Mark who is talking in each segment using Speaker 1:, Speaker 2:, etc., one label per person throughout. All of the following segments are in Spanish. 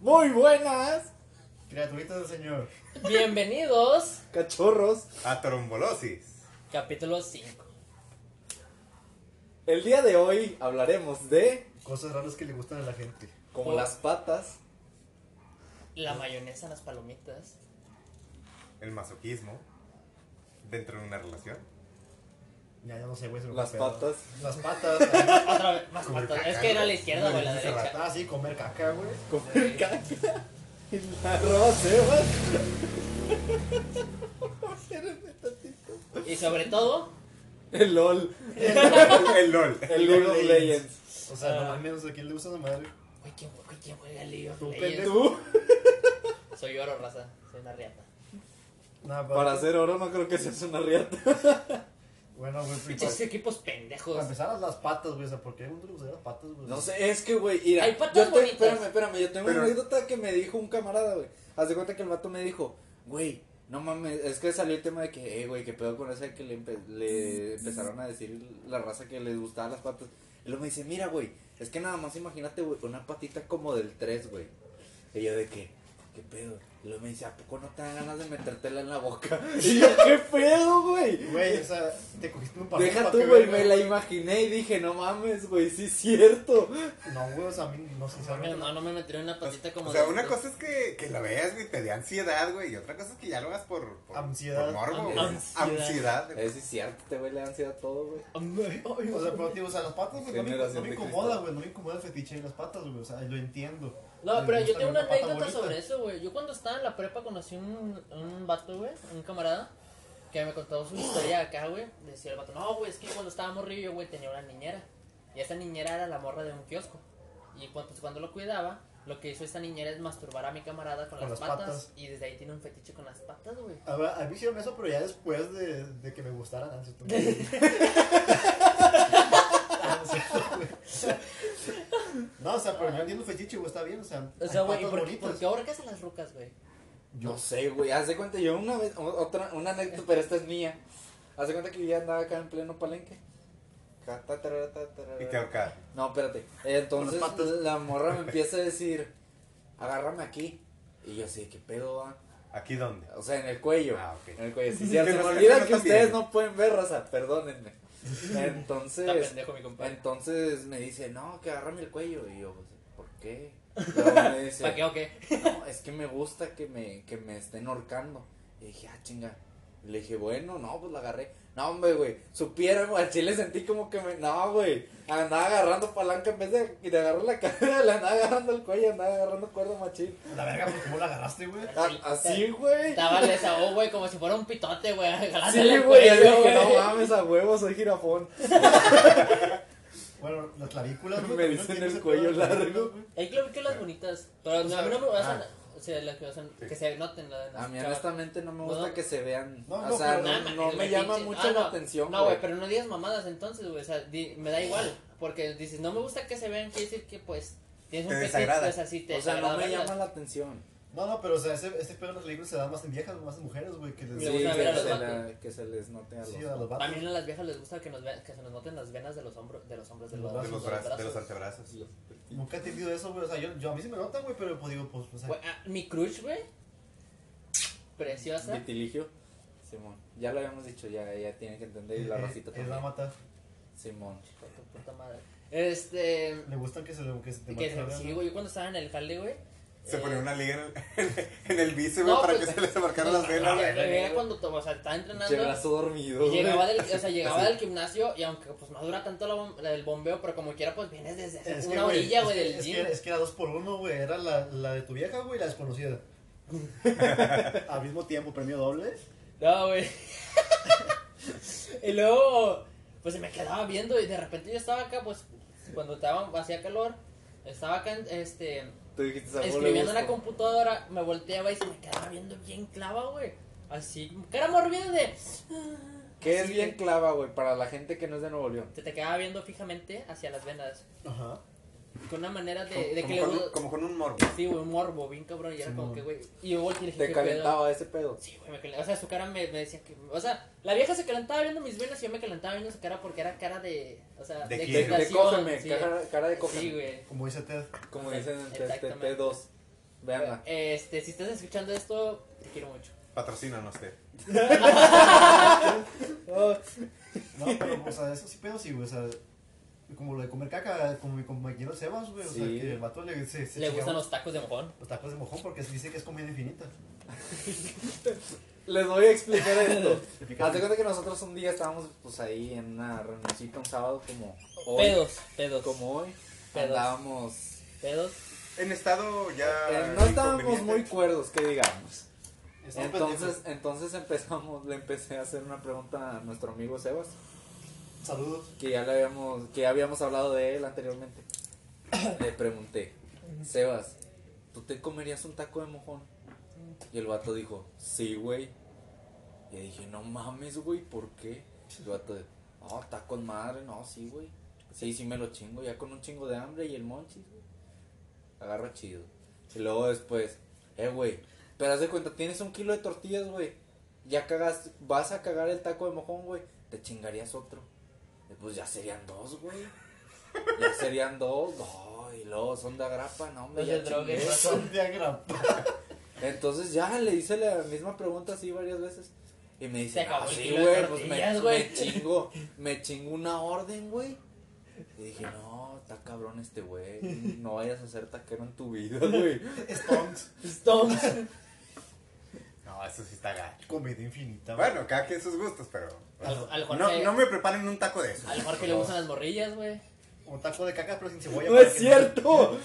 Speaker 1: Muy buenas,
Speaker 2: Criaturitas del Señor.
Speaker 3: Bienvenidos,
Speaker 1: cachorros.
Speaker 4: A trombolosis.
Speaker 3: capítulo 5.
Speaker 1: El día de hoy hablaremos de
Speaker 2: Cosas raras que le gustan a la gente.
Speaker 1: como
Speaker 3: Oh.
Speaker 1: las patas,
Speaker 3: La mayonesa en las palomitas.
Speaker 4: El masoquismo. Dentro de una relación.
Speaker 2: Ya, ya no sé, güey. se me
Speaker 1: las
Speaker 2: fue el pedo.
Speaker 1: patas,
Speaker 2: Las patas.
Speaker 3: Otra vez, más
Speaker 4: Comer
Speaker 3: patas.
Speaker 4: caca,
Speaker 3: Es que era a la
Speaker 4: ¿no?
Speaker 3: izquierda o a la
Speaker 4: Dice
Speaker 3: derecha.
Speaker 2: ah, sí, comer caca, güey.
Speaker 1: comer caca y ¿eh? la roseba. Espérame tantito.
Speaker 3: Y sobre todo,
Speaker 1: El LOL,
Speaker 4: El LOL.
Speaker 1: el League of Legends.
Speaker 2: O sea, no
Speaker 3: Ah.
Speaker 2: mames, ¿a quién le gusta la madre?
Speaker 3: güey, ¿quién, güey, ¿quién juega League of
Speaker 2: Tú,
Speaker 3: Legends?
Speaker 1: Tú,
Speaker 3: Soy oro, raza. Soy una riata.
Speaker 2: Nada,
Speaker 1: para hacer oro, no creo que seas una riata.
Speaker 2: Bueno, güey, pues,
Speaker 3: Pinches
Speaker 2: para-
Speaker 3: equipos
Speaker 2: para
Speaker 3: pendejos.
Speaker 2: empezar las patas, güey. O sea, ¿por qué a uno le gustan las patas, güey?
Speaker 1: No sé, es que, güey, mira.
Speaker 3: Hay patas
Speaker 1: yo te-
Speaker 3: bonitas.
Speaker 1: Espérame, espérame, yo tengo
Speaker 4: Pero-
Speaker 1: una anécdota que me dijo un camarada, güey. Haz de cuenta que el vato me dijo, güey, no mames, es que salió el tema de que, eh, güey, que pedo con esa que le, empe- le empezaron a decir la raza que les gustaban las patas. Y luego me dice, mira, güey, es que nada más imagínate, güey, una patita como del 3, güey. Y yo de que, ¿qué pedo? Y luego me dice, ¿a poco no te dan ganas de metértela en la boca? Y yo, ¿qué pedo, güey?
Speaker 2: Güey, o sea, te cogiste un papel.
Speaker 1: Deja
Speaker 2: ¿pa'
Speaker 1: tú,
Speaker 2: qué
Speaker 1: güey,
Speaker 2: verga?
Speaker 1: me la imaginé y dije, no mames, güey, sí es cierto.
Speaker 2: No, güey, o sea, a mí no sé,
Speaker 3: No,
Speaker 2: ¿sabes?
Speaker 3: no, no me metieron una patita como
Speaker 4: pues, O sea,
Speaker 3: de-
Speaker 4: una cosa es que, que la veas, güey, te dé ansiedad, güey. Y otra cosa es que ya lo hagas por, por,
Speaker 2: Ansiedad.
Speaker 4: por morbo, güey.
Speaker 3: Ansiedad.
Speaker 4: Ansiedad.
Speaker 3: Eh,
Speaker 1: Es cierto, te güey, le da ansiedad todo, güey.
Speaker 3: Ay, ay,
Speaker 2: O sea, pero tío, o sea, las patas, güey, no me, no
Speaker 1: Generación
Speaker 2: me
Speaker 1: de
Speaker 2: incomoda,
Speaker 1: cristal.
Speaker 2: güey, no me incomoda el fetiche de las patas, güey, o sea, lo entiendo.
Speaker 3: No,
Speaker 2: Me
Speaker 3: pero yo
Speaker 2: gusta
Speaker 3: tengo
Speaker 2: ver
Speaker 3: una
Speaker 2: pata
Speaker 3: anécdota
Speaker 2: bonita.
Speaker 3: sobre eso, güey. Yo cuando estaba en la prepa conocí un, un vato, güey, un camarada, que me contó su historia acá, güey. Decía el vato, no, güey, es que cuando estaba morrillo, güey, tenía una niñera. Y esa niñera era la morra de un kiosco. Y cu- pues, cuando lo cuidaba, lo que hizo esta niñera es masturbar a mi camarada con, las, patas, Y desde ahí tiene un fetiche con las patas, güey.
Speaker 2: A, ver, a mí hicieron eso, pero ya después de, de que me gustaran. ¿no? ¿Cierto? no, o sea, pero yo entiendo fetiche, güey, está bien, o sea.
Speaker 3: O sea,
Speaker 2: hay
Speaker 3: güey, ¿y
Speaker 2: patas
Speaker 3: ¿por,
Speaker 2: bonitas.
Speaker 3: ¿por qué ahorcas a las rucas, güey?
Speaker 1: No sé, güey. Haz de cuenta, yo una vez, o- otra, una anécdota, pero esta es mía. Haz de cuenta que yo ya andaba acá en pleno palenque. Ca- ta, tarara, ta, tarara.
Speaker 4: Y te ahorcaba.
Speaker 1: No, espérate. Entonces
Speaker 2: Con las patas.
Speaker 1: la morra me empieza a decir, agárrame aquí. Y yo así, ¿qué pedo va?
Speaker 4: ¿Aquí dónde?
Speaker 1: O sea, en el cuello.
Speaker 4: Ah, ok.
Speaker 1: En el cuello. Sí, cierto.
Speaker 4: Que
Speaker 1: Se me
Speaker 4: no se-
Speaker 1: olvida
Speaker 4: que no
Speaker 1: que
Speaker 4: están
Speaker 1: ustedes
Speaker 4: viendo.
Speaker 1: no pueden ver, raza. Perdónenme.
Speaker 3: Está
Speaker 1: Entonces,
Speaker 3: pendejo mi compadre.
Speaker 1: entonces me dice, no, que agárrame el cuello. Y yo, pues, ¿por qué? Y luego me dice,
Speaker 3: ¿Para qué o qué?
Speaker 1: no, es que me gusta que me, que me estén horcando. Y dije, ah, chinga. Y le dije, bueno, no, pues la agarré. No, hombre, güey, supiera, güey, al chile sentí como que me, no, güey, andaba agarrando palanca en vez de, de agarrar la cadera, le andaba agarrando el cuello, andaba agarrando cuerda machín.
Speaker 2: La verga, pues, ¿cómo la agarraste, güey?
Speaker 1: A- así, güey.
Speaker 3: Estaba el desahogo, oh, güey, como si fuera un pitote, güey. jalándole
Speaker 1: Sí,
Speaker 3: el
Speaker 1: güey, yo
Speaker 3: cuello,
Speaker 1: dije,
Speaker 3: güey.
Speaker 1: no mames, a huevo, soy jirafón.
Speaker 2: Bueno, las clavículas,
Speaker 1: Me
Speaker 2: güey, también
Speaker 1: dicen
Speaker 2: tienen
Speaker 1: el
Speaker 2: ese
Speaker 1: cuello
Speaker 2: pedo de las
Speaker 1: largo.
Speaker 2: clavículas,
Speaker 3: Hay clavículas bonitas, pero
Speaker 2: O
Speaker 3: no,
Speaker 2: sea,
Speaker 3: a mí no me gustan,
Speaker 2: ah.
Speaker 3: o sea, las que gustan, que se noten. las- las
Speaker 1: A mí,
Speaker 3: chavas.
Speaker 1: honestamente, no me gusta
Speaker 3: No.
Speaker 1: que se vean.
Speaker 2: No,
Speaker 1: o
Speaker 2: no,
Speaker 1: sea, Ah,
Speaker 2: pero
Speaker 1: no,
Speaker 3: Nah,
Speaker 1: no me
Speaker 3: mames, güey,
Speaker 1: llama
Speaker 3: pinche-
Speaker 1: mucho
Speaker 3: ah,
Speaker 1: la
Speaker 3: no.
Speaker 1: atención,
Speaker 3: No, güey,
Speaker 1: güey.
Speaker 3: pero no digas mamadas entonces, güey, o sea, di- me da igual, porque dices, no me gusta que se vean, quiere decir que, pues, tienes
Speaker 4: Te
Speaker 3: un fetiche,
Speaker 4: desagrada.
Speaker 3: pues, así te
Speaker 1: O sea, no
Speaker 3: desagrada
Speaker 1: me
Speaker 3: verlas.
Speaker 1: llama la atención.
Speaker 2: güey. No, no, pero, o sea, ese, ese pedo de las clavículas se da más en viejas, más en mujeres, güey, que les
Speaker 3: Me
Speaker 1: Sí,
Speaker 3: gusta
Speaker 1: que,
Speaker 3: ver a los
Speaker 1: se
Speaker 3: vatos.
Speaker 1: la- que se les note a los.
Speaker 2: Sí, a los vatos.
Speaker 3: También a las viejas les gusta que, nos vean- que se nos noten las venas de los hombros, de los hombros, de
Speaker 2: De
Speaker 3: los,
Speaker 2: los
Speaker 4: De los
Speaker 3: de los
Speaker 4: brazos, de los
Speaker 3: brazos.
Speaker 4: antebrazos.
Speaker 2: Nunca he entendido eso, güey, o sea, yo, yo a mí se me nota, güey, pero pues digo, pues, o sea,
Speaker 3: Güey, ah, mi crush, güey, preciosa,
Speaker 1: Vitiligio. Simón. Ya lo habíamos dicho, ya, ya tiene que entender. Y la
Speaker 2: eh,
Speaker 1: racita
Speaker 2: es la
Speaker 1: también.
Speaker 2: mata.
Speaker 1: Simón.
Speaker 3: hijo de tu puta madre, este,
Speaker 2: Le gustan que se le que se te
Speaker 3: que
Speaker 2: marque la verga.
Speaker 3: sí, güey, yo cuando estaba en el jale, güey,
Speaker 4: Se
Speaker 3: eh,
Speaker 4: ponía una liga en el, en el bíceps
Speaker 3: No,
Speaker 4: para
Speaker 3: pues, eh,
Speaker 4: que se les marcaran
Speaker 3: no,
Speaker 4: las venas.
Speaker 3: no,
Speaker 4: güey.
Speaker 3: güey, era cuando to- o sea, estaba
Speaker 1: Che
Speaker 3: entrenando
Speaker 1: brazo dormido.
Speaker 3: Y llegaba
Speaker 1: güey.
Speaker 3: del, o sea, llegaba
Speaker 4: Así.
Speaker 3: del gimnasio y aunque pues no dura tanto la bom- la- el bombeo, pero como quiera pues vienes desde hace
Speaker 2: Es que,
Speaker 3: una orilla,
Speaker 2: es
Speaker 3: güey,
Speaker 2: que-
Speaker 3: del
Speaker 2: es
Speaker 3: gym.
Speaker 2: que, es que era dos por uno, güey. Era la, la de tu vieja, güey, y la desconocida. Al mismo tiempo, premio doble.
Speaker 3: No, güey. y luego pues se me quedaba viendo y de repente yo estaba acá pues cuando estaba hacía calor, estaba acá en- este
Speaker 1: Tú dijiste, "Samuel, le
Speaker 3: escribiendo en la
Speaker 1: gusta".
Speaker 3: computadora, me volteaba y se me quedaba viendo bien clava, güey. Así, cara morbida de
Speaker 1: Que es
Speaker 3: Así,
Speaker 1: bien clava, güey, para la gente que no es de Nuevo León.
Speaker 3: Se te quedaba viendo fijamente hacia las venas.
Speaker 2: Ajá.
Speaker 3: Con una manera
Speaker 4: Como-
Speaker 3: de, de que
Speaker 4: como
Speaker 3: le
Speaker 4: con
Speaker 3: gu-
Speaker 4: un- Como con un morbo.
Speaker 3: Sí, güey, un morbo, bien cabrón. Y era
Speaker 2: Sí,
Speaker 3: como
Speaker 2: no.
Speaker 3: que, güey. Y yo volteé y le dije,
Speaker 1: Te
Speaker 3: "¿Qué pedo?".
Speaker 1: calentaba ese pedo.
Speaker 3: Sí, güey, me calentaba. O sea, su cara me, me decía que. O sea, la vieja se calentaba viendo mis venas y yo me calentaba viendo su cara porque era cara de. O sea,
Speaker 4: De
Speaker 3: de,
Speaker 4: quiero.
Speaker 1: De, de
Speaker 3: excitación.
Speaker 1: cógeme,
Speaker 3: sí.
Speaker 1: cara, cara de
Speaker 3: Sí,
Speaker 1: cógeme.
Speaker 3: güey.
Speaker 2: Como dice Ted.
Speaker 1: Como dicen en
Speaker 3: Exactamente.
Speaker 1: T2. Veanla.
Speaker 3: Este, si estás escuchando esto, te quiero mucho.
Speaker 4: Patrocínanos, te.
Speaker 1: Oh,
Speaker 2: No, pero, o sea, eso sí pedo, sí, güey, o sea, como lo de comer caca, como mi compañero Sebas, güey, o sea,
Speaker 1: Sí.
Speaker 2: que el vato le, se, se
Speaker 3: Le
Speaker 2: chingaba
Speaker 3: gustan los tacos de mojón.
Speaker 2: los tacos de mojón porque dice que es comida infinita.
Speaker 1: les voy a explicar esto.
Speaker 2: Explícame.
Speaker 1: Haz de cuenta que nosotros un día estábamos pues ahí en una reunioncita un sábado como hoy.
Speaker 3: Pedos, pedos.
Speaker 1: Como hoy.
Speaker 3: Pedos.
Speaker 1: Andábamos.
Speaker 3: Pedos.
Speaker 4: En estado ya.
Speaker 1: eh, no estábamos
Speaker 4: inconveniente.
Speaker 1: muy cuerdos, que digamos.
Speaker 2: Está
Speaker 1: Entonces,
Speaker 2: pendejo.
Speaker 1: entonces empezamos, le empecé a hacer una pregunta a nuestro amigo Sebas,
Speaker 2: Saludos.
Speaker 1: que ya le habíamos, que ya habíamos hablado de él anteriormente. Le pregunté, Sebas, ¿tú te comerías un taco de mojón? Y el vato dijo, sí, güey. Y dije, no mames, güey, ¿por qué? El vato, no, está con madre, no, sí, güey. Sí, sí me lo chingo, ya con un chingo de hambre y el monchis, güey. Agarro chido. Y luego después, eh, güey, pero haz de cuenta, tienes un kilo de tortillas, güey. Ya cagas, vas a cagar el taco de mojón, güey. Te chingarías otro. Y pues ya serían dos, güey. Ya serían dos, no, y luego son de agrapa, no, hombre,
Speaker 3: No
Speaker 1: ya
Speaker 3: se droguen,
Speaker 1: chingué.
Speaker 3: Eso.
Speaker 2: Un diagrama.
Speaker 1: Entonces ya le hice la misma pregunta así varias veces. Y me
Speaker 3: Se
Speaker 1: dice,
Speaker 3: acabó
Speaker 1: ah,
Speaker 3: el
Speaker 1: sí,
Speaker 3: kilo de
Speaker 1: güey, pues
Speaker 3: tortillas,
Speaker 1: me,
Speaker 3: güey".
Speaker 1: me chingo, me chingo una orden, güey. Y dije, no, está cabrón este güey, no vayas a ser taquero en tu vida, güey.
Speaker 2: Stonks.
Speaker 3: Stones.
Speaker 4: No, eso sí está gacho.
Speaker 2: Comida infinita. güey.
Speaker 4: Bueno, cada quien sus gustos, pero.
Speaker 3: Al, al
Speaker 4: No,
Speaker 3: Jorge.
Speaker 4: no me preparen un taco de eso.
Speaker 3: Al Jorge le gustan las morrillas, güey.
Speaker 2: Un taco de caca pero sin cebolla.
Speaker 1: No
Speaker 2: para
Speaker 1: es
Speaker 2: que-
Speaker 1: cierto.
Speaker 3: O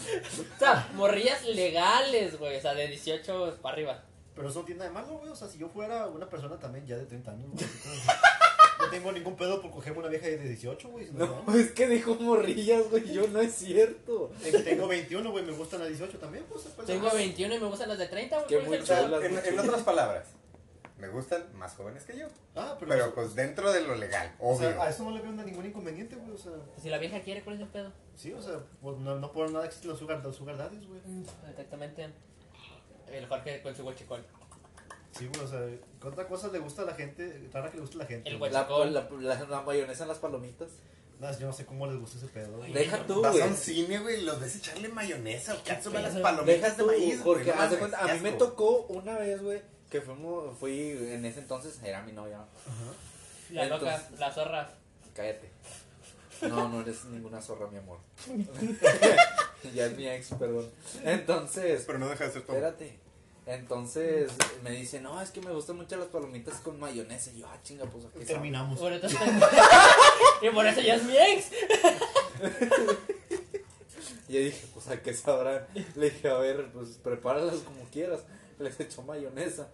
Speaker 3: sea, morrillas legales, güey. O sea, de 18 para arriba.
Speaker 2: Pero eso no tiene nada de malo, güey. O sea, si yo fuera una persona también ya de 30 años, güey. así como- No tengo ningún pedo por cogerme una vieja de 18, güey. No,
Speaker 1: No,
Speaker 2: mames.
Speaker 1: es que dijo morrillas, güey, yo no es cierto.
Speaker 2: Te- Eh, Tengo 21, güey. Me gustan las 18 también, pues. pues,
Speaker 3: Tengo
Speaker 2: ah,
Speaker 3: 21 y me gustan las de 30, güey.
Speaker 1: Qué
Speaker 3: ¿cuál es el
Speaker 1: muy
Speaker 3: pedo?
Speaker 1: chula.
Speaker 4: En, en otras palabras, me gustan más jóvenes que yo.
Speaker 2: Ah, pero.
Speaker 4: Pero pues dentro de lo legal,
Speaker 2: o
Speaker 4: obvio.
Speaker 2: sea, a eso no le veo ningún inconveniente, güey. O sea,
Speaker 3: Si la vieja quiere, ¿cuál es el pedo?
Speaker 2: sí, o sea, pues, no, no por nada existen los sugar, los sugar daddies, güey.
Speaker 3: Mm. Exactamente. El Jorge con su guachicol.
Speaker 2: Sí, güey, o sea, ¿qué otra cosa le gusta a la gente? Rara que le gusta a la gente.
Speaker 3: El
Speaker 4: Pues,
Speaker 2: güey.
Speaker 1: La, la, la- la mayonesa en las palomitas.
Speaker 2: No, yo no sé cómo les gusta ese pedo, güey.
Speaker 1: Deja tú,
Speaker 4: Vas
Speaker 1: güey.
Speaker 4: a un cine, güey, y los ves echarle mayonesa o cápsula a las
Speaker 3: Deja
Speaker 4: palomitas de
Speaker 1: tú,
Speaker 4: maíz, güey.
Speaker 1: Porque
Speaker 4: no
Speaker 1: haz de
Speaker 4: mames,
Speaker 1: cuenta,
Speaker 4: qué
Speaker 1: a mí me
Speaker 4: asco.
Speaker 1: tocó una vez, güey, que fuimos, fui en ese entonces, era mi novia.
Speaker 3: La loca,
Speaker 1: Entonces-
Speaker 3: la zorra.
Speaker 1: Cállate. No, no eres ninguna zorra, mi amor. ya es mi ex, perdón. Entonces,
Speaker 4: Pero no deja de ser todo.
Speaker 1: espérate. Entonces me dice, no, es que me gustan mucho las palomitas con mayonesa. Y yo, ah, chinga, pues aquí
Speaker 2: Terminamos.
Speaker 3: Por eso y por eso ya es mi ex.
Speaker 1: Y yo dije, pues a qué sabrán. Le dije, a ver, pues prepáralas como quieras. Les echó mayonesa.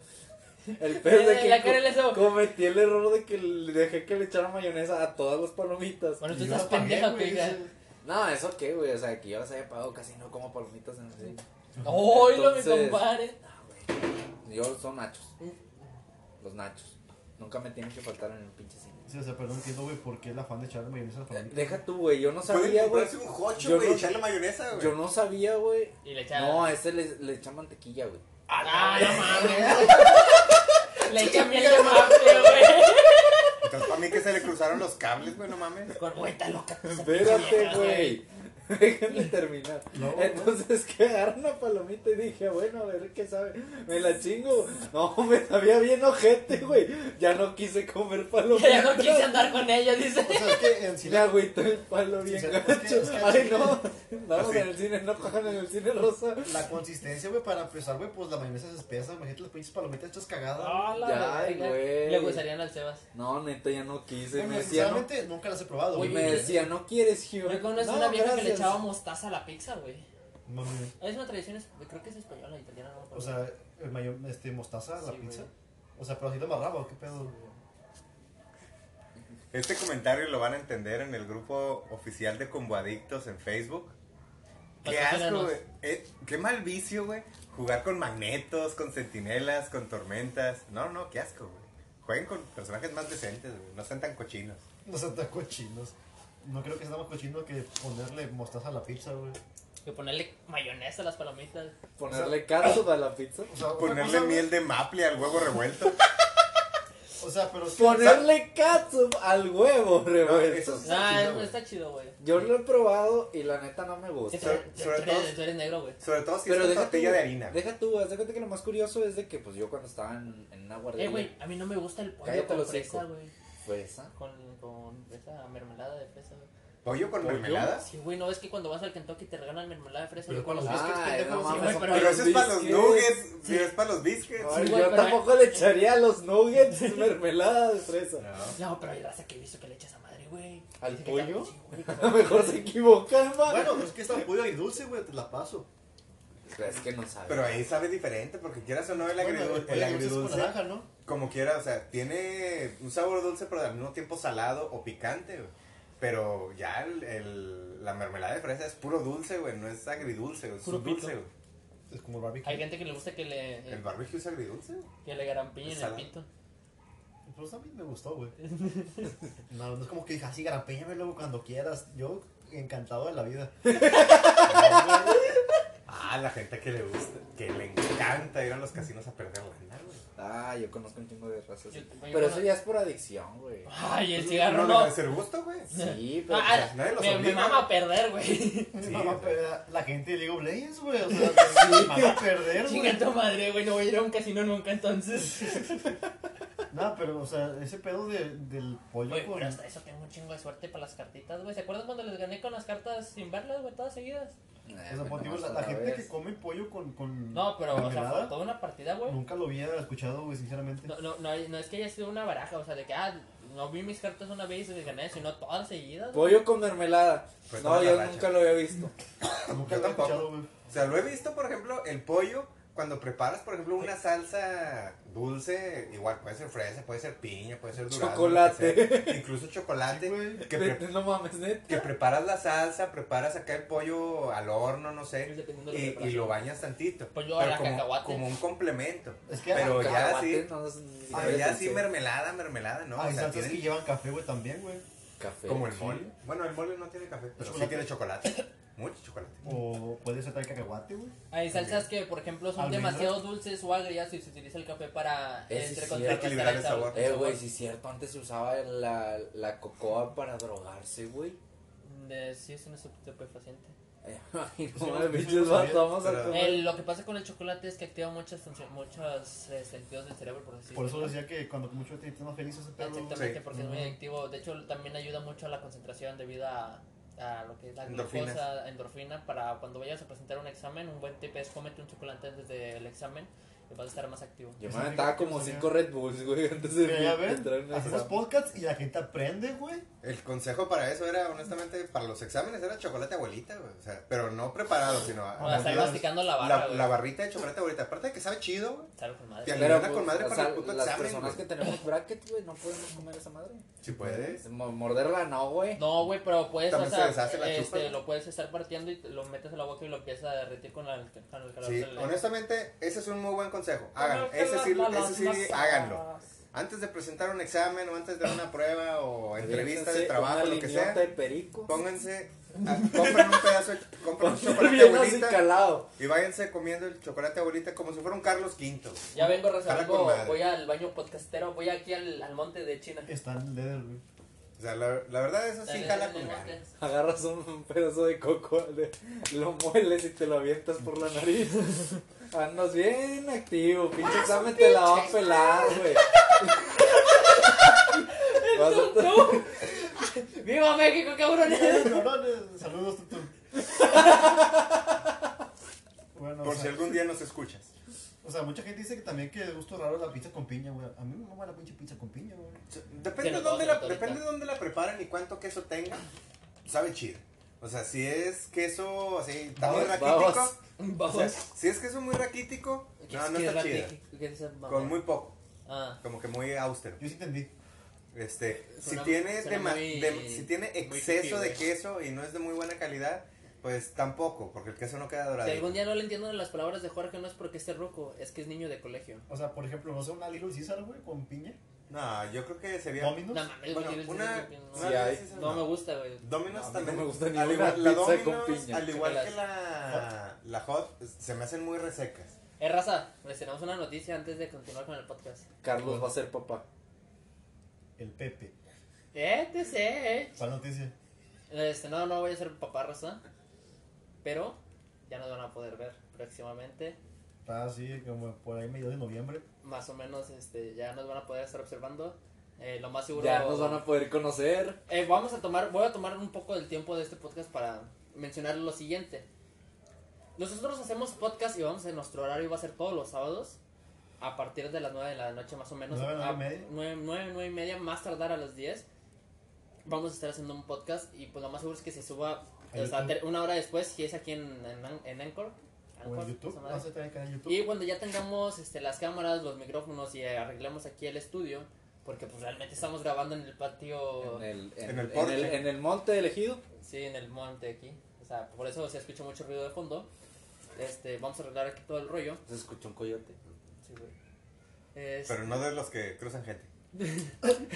Speaker 1: El pedo
Speaker 3: Eh,
Speaker 1: de que
Speaker 3: la
Speaker 1: co-
Speaker 3: cara le hizo.
Speaker 1: cometí el error de que le dejé que le echara mayonesa a todas las palomitas.
Speaker 3: Bueno, tú
Speaker 2: Y yo
Speaker 3: estás
Speaker 2: la pagué,
Speaker 3: pendeja,
Speaker 2: güey,
Speaker 3: güey. ya.
Speaker 2: ese-
Speaker 1: No, eso qué, güey. O sea, que yo las había pagado casi no como palomitas en el
Speaker 3: ¡Oilo, mi
Speaker 1: Entonces-
Speaker 3: compadre!
Speaker 1: Yo son nachos. Los nachos. Nunca me tienen que faltar en el pinche cine.
Speaker 2: Sí, o sea, pero no entiendo, güey, por qué el afán de echarle mayonesa a la familia.
Speaker 1: Deja tú, güey. Yo no
Speaker 4: Pueden
Speaker 1: sabía, güey.
Speaker 4: comprarse un jocho,
Speaker 1: Yo
Speaker 4: güey, y
Speaker 1: no-
Speaker 4: echarle mayonesa, güey.
Speaker 1: Yo no sabía, güey.
Speaker 3: Y le echa.
Speaker 1: No, a ese le, le echa mantequilla, güey.
Speaker 3: ¡Ah, no mames! Le echa miel de maple, güey.
Speaker 4: Entonces, para mí que se le cruzaron los cables, güey, no mames.
Speaker 3: Con vuelta loca.
Speaker 1: Espérate, güey. Déjenme terminar.
Speaker 2: No, güey.
Speaker 1: Entonces que agarré una palomita y dije, bueno, a ver qué sabe. Me la chingo. No, me sabía bien ojete, güey. Ya no quise comer palomitas.
Speaker 3: Ya no quise andar con ella, dice.
Speaker 2: O sea, es que en sí
Speaker 1: Me
Speaker 2: la...
Speaker 1: agüitó el palo bien
Speaker 2: Sí, sí,
Speaker 1: gacho.
Speaker 2: es que- es que-
Speaker 1: Ay, no. Vamos
Speaker 4: Así.
Speaker 1: en el cine, no cojan en el cine rosa.
Speaker 2: la consistencia, güey, para empezar, güey, pues la mayonesa es espesa, imagínate las pinches palomitas hechas cagadas.
Speaker 3: Ah, la
Speaker 1: Ya,
Speaker 3: verga.
Speaker 1: güey.
Speaker 3: Le gustarían al Sebas.
Speaker 1: No, neta, ya no quise.
Speaker 2: Bueno,
Speaker 1: me decía, no,
Speaker 2: sinceramente, nunca las he probado,
Speaker 1: y
Speaker 2: güey.
Speaker 1: me decía, no quieres, Hugh.
Speaker 3: Yo conozco
Speaker 1: No,
Speaker 3: una vieja que le
Speaker 1: gracias.
Speaker 3: echaba mostaza a la pizza, güey.
Speaker 2: Mami,
Speaker 3: Es una tradición, es- creo que es española, italiana, no me acuerdo.
Speaker 2: O sea, el mayo- este, mostaza, la
Speaker 3: Sí,
Speaker 2: pizza.
Speaker 3: güey.
Speaker 2: O sea, pero así lo amarraba, ¿o ¿qué pedo?
Speaker 4: Este comentario lo van a entender en el grupo oficial de Comboadictos en Facebook. Qué asco,
Speaker 3: Patrocínanos.
Speaker 4: güey. Eh, qué mal vicio, güey. Jugar con magnetos, con sentinelas, con tormentas. No, no, qué asco, güey. Jueguen con personajes más decentes, güey. No sean tan cochinos.
Speaker 2: No sean tan cochinos. No creo que sea más cochino que ponerle mostaza a la pizza, güey.
Speaker 3: Que ponerle mayonesa a las palomitas.
Speaker 1: Ponerle catsup a la pizza.
Speaker 2: O sea, otra
Speaker 4: Ponerle
Speaker 2: cosa, güey,
Speaker 4: miel de maple al huevo revuelto.
Speaker 2: O sea, pero sí.
Speaker 1: Ponerle catsup al huevo
Speaker 4: eso
Speaker 1: revuelto.
Speaker 4: es-
Speaker 3: Nah,
Speaker 4: chido,
Speaker 3: es-
Speaker 4: güey.
Speaker 3: Ah, está chido, güey.
Speaker 1: Yo lo he probado y la neta no me gusta.
Speaker 3: Sí, tú eres-
Speaker 4: sobre
Speaker 3: tú eres-
Speaker 4: todo-
Speaker 3: tú eres negro, güey.
Speaker 4: Sobre todo si
Speaker 1: Pero
Speaker 4: es
Speaker 1: deja
Speaker 4: tortilla
Speaker 1: tú,
Speaker 4: de harina. güey.
Speaker 1: Deja tú, haz de cuenta que lo más curioso es de que pues yo cuando estaba en, en una
Speaker 3: Eh,
Speaker 1: guardería
Speaker 3: güey, a mí no me gusta el pollo
Speaker 1: Cállate
Speaker 3: con
Speaker 1: los
Speaker 3: fresa,
Speaker 1: cinco.
Speaker 3: güey.
Speaker 1: fue esa.
Speaker 3: Con, con esa mermelada de fresa, güey.
Speaker 4: ¿Pollo con mermelada?
Speaker 3: Sí, güey, no es que cuando vas al Kentucky te regalan mermelada de fresa.
Speaker 2: Pero
Speaker 3: Yo
Speaker 2: con los
Speaker 3: cuando-
Speaker 2: biscuits,
Speaker 1: Ay,
Speaker 2: pendejo,
Speaker 1: no
Speaker 2: sí,
Speaker 1: mames,
Speaker 2: güey,
Speaker 1: son
Speaker 2: pero-
Speaker 1: para
Speaker 4: Pero eso es para los
Speaker 1: biscuits.
Speaker 4: nuggets. Pero es para los biscuits.
Speaker 1: Ay,
Speaker 3: Sí, güey,
Speaker 1: yo
Speaker 3: pero-
Speaker 1: tampoco le echaría a los nuggets mermelada de fresa.
Speaker 4: No.
Speaker 3: No, pero hay raza que he visto que le echas a madre, güey.
Speaker 1: ¿Al
Speaker 3: Dice que está-
Speaker 1: pollo?
Speaker 3: Sí, güey, que
Speaker 1: A lo mejor se equivocan, va.
Speaker 2: Bueno, pues es que está pura y dulce, güey, te la paso.
Speaker 1: es que no sabe.
Speaker 4: Pero ahí sabe diferente, porque quieras o no el,
Speaker 2: Bueno,
Speaker 4: agridu-
Speaker 2: el
Speaker 4: el
Speaker 2: pollo dulce es con
Speaker 4: agridulce,
Speaker 2: naranja, ¿no?
Speaker 4: como quiera, o sea, tiene un sabor dulce, pero al mismo tiempo salado o picante, güey. Pero ya el, el- la mermelada de fresa es puro dulce, güey, no es agridulce, güey, es
Speaker 3: Puro
Speaker 4: dulce,
Speaker 3: pito.
Speaker 4: güey.
Speaker 2: Es como el
Speaker 3: Hay
Speaker 2: barbecue.
Speaker 3: gente que le gusta que le,
Speaker 4: ¿El barbecue es agridulce? güey?
Speaker 3: que le garampillen el
Speaker 4: Salado.
Speaker 3: pito.
Speaker 2: Pues a mí me gustó, güey. No, no es como que dije así, garampéñame luego cuando quieras. Yo encantado de la vida.
Speaker 4: Ah, la gente que le gusta, que le encanta ir a los casinos a perder lana, güey.
Speaker 1: Ah, yo conozco un chingo de razas.
Speaker 3: Yo- yo
Speaker 1: Pero eso
Speaker 3: conozco-
Speaker 1: ya es por adicción, güey.
Speaker 3: Ay, el cigarro
Speaker 4: No,
Speaker 3: no.
Speaker 4: no, es el gusto, güey.
Speaker 1: Sí, pero.
Speaker 3: Ah,
Speaker 4: pues, nadie los
Speaker 3: me, me
Speaker 4: obliga.
Speaker 3: mama a perder, güey.
Speaker 4: Sí,
Speaker 2: Mamá,
Speaker 4: o sea.
Speaker 2: pero la- la gente de League of Legends, güey. O sea, se van a perder,
Speaker 3: Chinga
Speaker 2: güey.
Speaker 3: tu madre, güey. No voy a ir a un casino nunca entonces.
Speaker 2: No, pero, o sea, ese pedo de- del pollo
Speaker 3: Güey,
Speaker 2: con.
Speaker 3: pero hasta eso tengo un chingo de suerte para las cartitas, güey. ¿Se acuerdan cuando les gané con las cartas sin verlas, güey? Todas seguidas.
Speaker 1: Nah,
Speaker 2: O sea,
Speaker 1: pues,
Speaker 2: como digo,
Speaker 1: nomás
Speaker 2: la, la
Speaker 1: una
Speaker 2: gente
Speaker 1: vez.
Speaker 2: que come pollo con. con
Speaker 3: No, pero, o sea,
Speaker 2: mermelada,
Speaker 3: fue toda una partida, güey.
Speaker 2: Nunca lo había escuchado, güey, sinceramente.
Speaker 3: No, no, no, hay- no es que haya sido una baraja, o sea, de que, ah, no vi mis cartas una vez y les gané, sino todas seguidas. güey.
Speaker 1: Pollo con mermelada.
Speaker 4: Pues
Speaker 1: no,
Speaker 4: toma la
Speaker 1: yo
Speaker 4: racha.
Speaker 1: nunca lo había visto.
Speaker 2: Nunca
Speaker 4: Yo
Speaker 2: lo había
Speaker 4: tampoco.
Speaker 2: escuchado, güey.
Speaker 4: O sea, lo he visto, por ejemplo, el pollo, cuando preparas, por ejemplo, una salsa dulce, igual puede ser fresa, puede ser piña, puede ser durazno.
Speaker 1: Chocolate.
Speaker 4: lo que sea, Incluso chocolate.
Speaker 2: Sí, güey.
Speaker 4: que, pre-
Speaker 1: No mames, neta.
Speaker 4: que preparas la salsa, preparas acá el pollo al horno, no
Speaker 3: Es
Speaker 4: sé,
Speaker 3: dependiendo de la
Speaker 4: Pues, y, y
Speaker 3: preparación.
Speaker 4: lo bañas tantito.
Speaker 3: Pollo a la
Speaker 4: como,
Speaker 3: cacahuate.
Speaker 4: como un complemento.
Speaker 2: Es que
Speaker 4: Pero ya
Speaker 1: Cacahuate,
Speaker 4: sí,
Speaker 1: no, ni
Speaker 2: Ah,
Speaker 4: pero
Speaker 1: siquiera
Speaker 4: ya
Speaker 1: pensé.
Speaker 4: sí mermelada, mermelada, ¿no? O
Speaker 2: Hay
Speaker 4: sea,
Speaker 2: salsas que
Speaker 4: tiene-
Speaker 2: llevan café, güey, también, güey.
Speaker 1: Café.
Speaker 4: como el
Speaker 2: Sí.
Speaker 4: mole. Bueno, el mole no tiene café, pero sí
Speaker 2: Chocolate.
Speaker 4: tiene chocolate. Mucho chocolate.
Speaker 2: O puede ser traer cacahuate, güey.
Speaker 3: Hay salsas que, por ejemplo, son
Speaker 2: Almendras.
Speaker 3: demasiado dulces o agrias y se utiliza el café para
Speaker 1: Ese
Speaker 3: entre
Speaker 1: sí,
Speaker 3: contrarrestar
Speaker 4: equilibrar el sabor.
Speaker 1: Eh, güey, sí es cierto, antes se usaba la, la cocoa para drogarse, güey. Eh,
Speaker 3: De- sí, es un estupefaciente.
Speaker 1: Ay,
Speaker 2: Sí,
Speaker 1: no mames,
Speaker 2: sí,
Speaker 1: pinches
Speaker 2: sí, sí,
Speaker 1: vatos, vamos
Speaker 4: pero-
Speaker 1: a comer.
Speaker 3: El- lo que pasa con el chocolate es que activa muchas funcio- muchos eh, sentidos del cerebro, por decirlo
Speaker 2: Por eso
Speaker 3: ¿no?
Speaker 2: decía que cuando comes mucho te sientes más feliz ese pedo. güey.
Speaker 3: Exactamente,
Speaker 4: Sí.
Speaker 3: porque es muy adictivo. De hecho, también ayuda mucho a la concentración debido a, a lo que es la
Speaker 4: Endorfinas.
Speaker 3: glucosa, endorfina. Para cuando vayas a presentar un examen, un buen tip es cómete un chocolate antes del examen y vas a estar más activo.
Speaker 1: Yo
Speaker 2: Ese
Speaker 1: me
Speaker 2: amigo
Speaker 1: aventaba
Speaker 2: que
Speaker 1: como
Speaker 2: tenía.
Speaker 1: cinco Red Bulls, güey, antes de
Speaker 2: Mira, ya
Speaker 1: entrar en
Speaker 2: ven,
Speaker 1: el
Speaker 2: hacemos
Speaker 1: examen.
Speaker 2: podcasts y la gente aprende, güey.
Speaker 4: El consejo para eso era, honestamente, para los exámenes era chocolate abuelita, güey. O sea, pero no preparado, sino
Speaker 3: Para
Speaker 4: a-
Speaker 2: Ah,
Speaker 4: a-
Speaker 3: estar
Speaker 2: Dios.
Speaker 3: masticando la barra,
Speaker 4: la,
Speaker 3: güey.
Speaker 4: la barrita de chocolate abuelita. Aparte de que sabe chido, güey.
Speaker 3: Salud con madre.
Speaker 4: Te
Speaker 1: Pero
Speaker 4: aliviana
Speaker 1: pues,
Speaker 4: con madre
Speaker 1: o
Speaker 4: para
Speaker 1: sea,
Speaker 4: el puto
Speaker 1: las
Speaker 4: examen,
Speaker 1: personas que
Speaker 4: güey.
Speaker 1: tenemos bracket, güey, no podemos comer esa madre.
Speaker 4: Si puedes.
Speaker 1: Mo- Morderla no, güey.
Speaker 3: No, güey, pero puedes, o
Speaker 4: También se
Speaker 3: sea,
Speaker 4: deshace la chupa,
Speaker 3: este,
Speaker 4: ¿no?
Speaker 3: lo puedes estar partiendo y te- lo metes a la boca y lo empiezas a derretir con, la, con el calor
Speaker 4: Sí,
Speaker 3: del-
Speaker 4: honestamente, ese es un muy buen consejo. Háganlo. Ese sí, ese sí, háganlo. Antes de presentar un examen o antes de una prueba o entrevista de
Speaker 1: Aviéntense
Speaker 4: trabajo,
Speaker 1: una
Speaker 4: lo que
Speaker 1: liñota
Speaker 4: sea,
Speaker 1: de perico.
Speaker 4: pónganse, a- compren un pedazo, de- compren un chocolate
Speaker 1: Bien así
Speaker 4: abuelita
Speaker 1: calado.
Speaker 4: y váyanse comiendo el chocolate abuelita como si fuera un Carlos V. güey.
Speaker 3: Ya vengo, Raza,
Speaker 4: Jala
Speaker 3: vengo,
Speaker 4: con madre.
Speaker 3: voy al baño podcastero, voy aquí al, al monte de China.
Speaker 2: Está en el dedo, güey.
Speaker 4: O sea, la, la verdad, eso sí
Speaker 3: Dale,
Speaker 4: jala
Speaker 3: dale,
Speaker 4: con
Speaker 3: dale,
Speaker 4: ganas.
Speaker 3: monte.
Speaker 1: Agarras un pedazo de coco, le- lo mueles y te lo avientas por la nariz. Andas bien activo, pinche examen te la va a pelar, güey. Vas a-
Speaker 3: ¡Tú! ¡Viva México, cabrones!
Speaker 2: Eh, Cabrones, Saludos, Tutu. Bueno, o
Speaker 4: Por
Speaker 2: sea,
Speaker 4: si algún día nos escuchas.
Speaker 2: o sea, mucha gente dice que también que de gusto raro la pizza con piña, güey. A mí me mama la pinche pizza con piña, güey.
Speaker 4: Depende
Speaker 3: Pero
Speaker 4: de
Speaker 3: no,
Speaker 4: dónde
Speaker 3: no,
Speaker 4: la,
Speaker 3: no,
Speaker 4: depende
Speaker 3: ahorita.
Speaker 4: de dónde la preparan y cuánto queso tenga. Sabe chido. O sea, si es queso así, está muy
Speaker 1: Vamos,
Speaker 4: raquítico.
Speaker 1: vamos.
Speaker 4: O sea,
Speaker 3: Vamos.
Speaker 4: si es queso muy raquítico,
Speaker 3: ¿Qué
Speaker 4: no,
Speaker 3: es
Speaker 4: no
Speaker 3: que
Speaker 4: está
Speaker 3: rati-
Speaker 4: chido.
Speaker 3: qué es esa mamá?
Speaker 4: Con muy poco,
Speaker 3: Ah,
Speaker 4: como que muy austero.
Speaker 2: Yo sí entendí.
Speaker 4: Este, si
Speaker 3: Suena-
Speaker 4: tiene,
Speaker 3: suena
Speaker 4: dema-
Speaker 3: muy-
Speaker 4: de- si tiene
Speaker 3: muy
Speaker 4: exceso
Speaker 3: hippie,
Speaker 4: de
Speaker 3: güey.
Speaker 4: queso y no es de muy buena calidad, pues tampoco, porque el queso no queda
Speaker 3: Si
Speaker 4: dorado.
Speaker 3: algún día no le entiendo las palabras de Jorge, no es porque esté roco, es que es niño de colegio.
Speaker 2: O sea, por ejemplo, no sé, una Little Caesar, güey, con piña.
Speaker 4: No, yo creo que sería
Speaker 3: No
Speaker 2: Dominos.
Speaker 3: mames,
Speaker 4: Bueno,
Speaker 3: güey,
Speaker 4: una-
Speaker 3: no,
Speaker 4: una
Speaker 1: Sí, hay.
Speaker 4: Caesar,
Speaker 3: no
Speaker 4: no.
Speaker 3: me gusta, güey.
Speaker 4: Domino's
Speaker 1: No, a mí
Speaker 4: también.
Speaker 1: no me gusta
Speaker 4: al
Speaker 1: ninguna
Speaker 4: igual- la
Speaker 1: pizza con
Speaker 4: Domino's,
Speaker 1: piña.
Speaker 4: Al igual que la, la hot, se me hacen muy resecas.
Speaker 3: Eh, raza, les tenemos una noticia antes de continuar con el podcast.
Speaker 1: Carlos va a ser papá.
Speaker 2: el Pepe.
Speaker 3: Eh, te sé, eh.
Speaker 2: ¿Cuál noticia?
Speaker 3: Este, no, no voy a ser papá rosa. Pero ya nos van a poder ver próximamente.
Speaker 2: Ah, sí, como por ahí medio de noviembre.
Speaker 3: Más o menos, este, ya nos van a poder estar observando. Eh, lo más seguro.
Speaker 1: Ya nos van a poder conocer.
Speaker 3: Eh, vamos a tomar, voy a tomar un poco del tiempo de este podcast para mencionar lo siguiente. Nosotros hacemos podcast y vamos en nuestro horario va a ser todos los sábados a partir de las 9 de la noche más o menos.
Speaker 2: ¿Nueve, nueve
Speaker 3: a-
Speaker 2: y media?
Speaker 3: nueve- nueve, nueve y media, más tardar a las 10. Vamos a estar haciendo un podcast y pues lo más seguro es que se suba
Speaker 2: ¿A
Speaker 3: o sea,
Speaker 2: YouTube?
Speaker 3: ter- una hora después si es aquí en, en, An- en Anchor.
Speaker 2: O
Speaker 3: Anchor,
Speaker 2: en YouTube.
Speaker 3: Ah, esa madre.
Speaker 2: No sé, también canal de YouTube.
Speaker 3: Y cuando ya tengamos este, las cámaras, los micrófonos y eh, arreglemos aquí el estudio, porque pues realmente estamos grabando en el patio,
Speaker 1: En el, en,
Speaker 4: En el
Speaker 1: en
Speaker 4: porche.
Speaker 1: el- en el monte elegido.
Speaker 3: sí, en el monte aquí. O sea, por eso se escucha mucho ruido de fondo. Este, vamos a arreglar aquí todo el rollo. Este,
Speaker 1: Se escuchó un coyote.
Speaker 3: Sí, güey. Es
Speaker 4: Pero no de los que cruzan gente.
Speaker 3: un